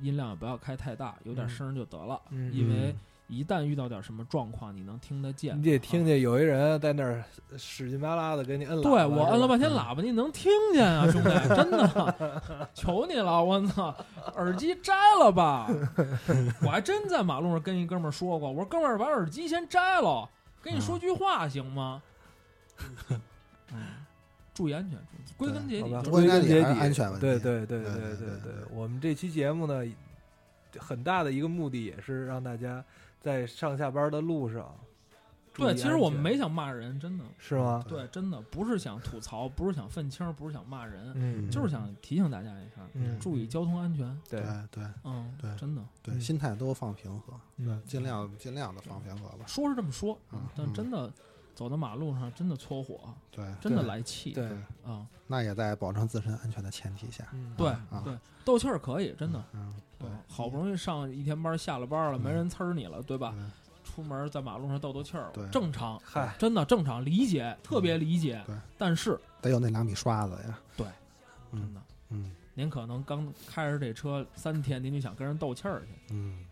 [SPEAKER 2] 音量也不要开太大，有点
[SPEAKER 1] 嗯
[SPEAKER 2] 声儿就得了。
[SPEAKER 1] 嗯
[SPEAKER 2] 因为一旦遇到点什么状况，你能听得见，
[SPEAKER 1] 你得听
[SPEAKER 2] 啊。
[SPEAKER 1] 见有一人在那儿呃使劲巴拉的给你摁喇叭，
[SPEAKER 2] 对我摁了半天
[SPEAKER 3] 嗯
[SPEAKER 2] 喇叭，你能听见啊，兄弟，真的，求你了，我操，耳机摘了吧！我还真在马路上跟一哥们儿说过，我说哥们儿把耳机先摘了，跟你
[SPEAKER 1] 嗯
[SPEAKER 2] 说句话行吗？嗯，注意安全，注意归根结
[SPEAKER 1] 好
[SPEAKER 2] 底
[SPEAKER 1] 吧，
[SPEAKER 2] 就是
[SPEAKER 3] 归
[SPEAKER 1] 归
[SPEAKER 3] 根
[SPEAKER 1] 根
[SPEAKER 3] 结
[SPEAKER 1] 结
[SPEAKER 3] 底还
[SPEAKER 1] 底
[SPEAKER 3] 是安全问题
[SPEAKER 1] 对对对
[SPEAKER 3] 对
[SPEAKER 1] 对
[SPEAKER 3] 对
[SPEAKER 1] 对
[SPEAKER 3] 对，
[SPEAKER 1] 我们这期节目呢，很大的一个目的也是让大家在上下班的路上注意
[SPEAKER 2] 对，
[SPEAKER 1] 安全，
[SPEAKER 2] 其实我们
[SPEAKER 1] 嗯
[SPEAKER 2] 没想骂人，真的，
[SPEAKER 1] 是吗？
[SPEAKER 3] 对
[SPEAKER 2] 对，真的不是想吐槽，不是想愤青，不是想骂人，
[SPEAKER 1] 嗯，
[SPEAKER 2] 就是想提醒大家一下，
[SPEAKER 1] 嗯
[SPEAKER 2] 注意交通安全。
[SPEAKER 1] 对
[SPEAKER 3] 对
[SPEAKER 2] 嗯，
[SPEAKER 3] 对
[SPEAKER 2] 真的
[SPEAKER 3] 对，
[SPEAKER 1] 嗯
[SPEAKER 3] 心态都放平和，
[SPEAKER 1] 嗯
[SPEAKER 3] 尽量尽量的放平和吧。
[SPEAKER 2] 说是这么说
[SPEAKER 3] 啊，
[SPEAKER 2] 但
[SPEAKER 3] 嗯
[SPEAKER 2] 真的走到马路上真的搓火，
[SPEAKER 3] 对，
[SPEAKER 2] 真的
[SPEAKER 1] 对
[SPEAKER 2] 来气。
[SPEAKER 1] 对
[SPEAKER 3] 对
[SPEAKER 2] 啊，
[SPEAKER 3] 那也在保证自身安全的前提下。
[SPEAKER 1] 嗯
[SPEAKER 2] 对
[SPEAKER 3] 啊
[SPEAKER 2] 对，斗气儿可以，真的。
[SPEAKER 3] 嗯，对
[SPEAKER 2] 啊，好不容易上一天班，下了班了，
[SPEAKER 3] 嗯
[SPEAKER 2] 没人呲儿你了，对吧？
[SPEAKER 3] 对
[SPEAKER 2] 出门在马路上斗斗气儿
[SPEAKER 3] 对，嗯
[SPEAKER 2] 正常，
[SPEAKER 1] 嗨，
[SPEAKER 2] 真的正常，理解，特别理解
[SPEAKER 3] 对。
[SPEAKER 2] 但是
[SPEAKER 3] 得有那两米刷子呀。
[SPEAKER 2] 对，
[SPEAKER 3] 嗯
[SPEAKER 2] 真的，
[SPEAKER 3] 嗯
[SPEAKER 2] 您可能刚开着这车三天，您就想跟人斗气儿去，
[SPEAKER 3] 嗯，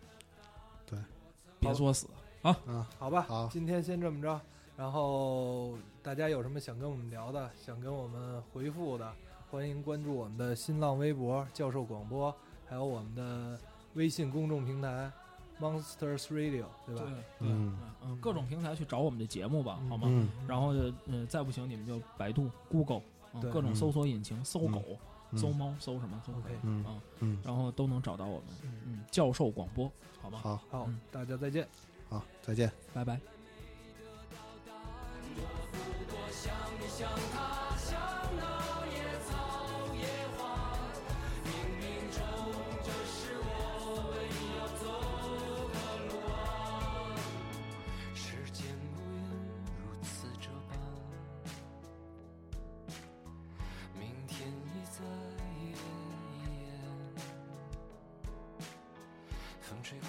[SPEAKER 2] 别作死。
[SPEAKER 3] 啊，
[SPEAKER 1] 好吧，
[SPEAKER 3] 好
[SPEAKER 1] 今天先这么着。然后大家有什么想跟我们聊的，想跟我们回复的，欢迎关注我们的新浪微博“教授广播”，还有我们的微信公众平台 “Monsters Radio”，对吧？
[SPEAKER 2] 对，
[SPEAKER 3] 嗯
[SPEAKER 2] 嗯，各种平台去找我们的节目吧，
[SPEAKER 1] 嗯
[SPEAKER 2] 好吗？
[SPEAKER 3] 嗯，
[SPEAKER 2] 然后就嗯，再不行你们就百度、Google，嗯
[SPEAKER 1] 对
[SPEAKER 2] 各种
[SPEAKER 3] 嗯
[SPEAKER 2] 搜索引擎搜狗、
[SPEAKER 3] 嗯
[SPEAKER 2] 搜猫、搜什么搜狗
[SPEAKER 1] OK，
[SPEAKER 3] 嗯
[SPEAKER 2] 啊，
[SPEAKER 3] 嗯，
[SPEAKER 2] 然后都能找到我们。
[SPEAKER 1] 嗯，
[SPEAKER 2] 嗯，教授广播，好吗？
[SPEAKER 3] 好
[SPEAKER 1] 好
[SPEAKER 2] 嗯，
[SPEAKER 1] 大家再见。
[SPEAKER 3] 好，再见。
[SPEAKER 2] 拜拜。
[SPEAKER 4] 世间无缘如此这般，明天已在眼前，风吹过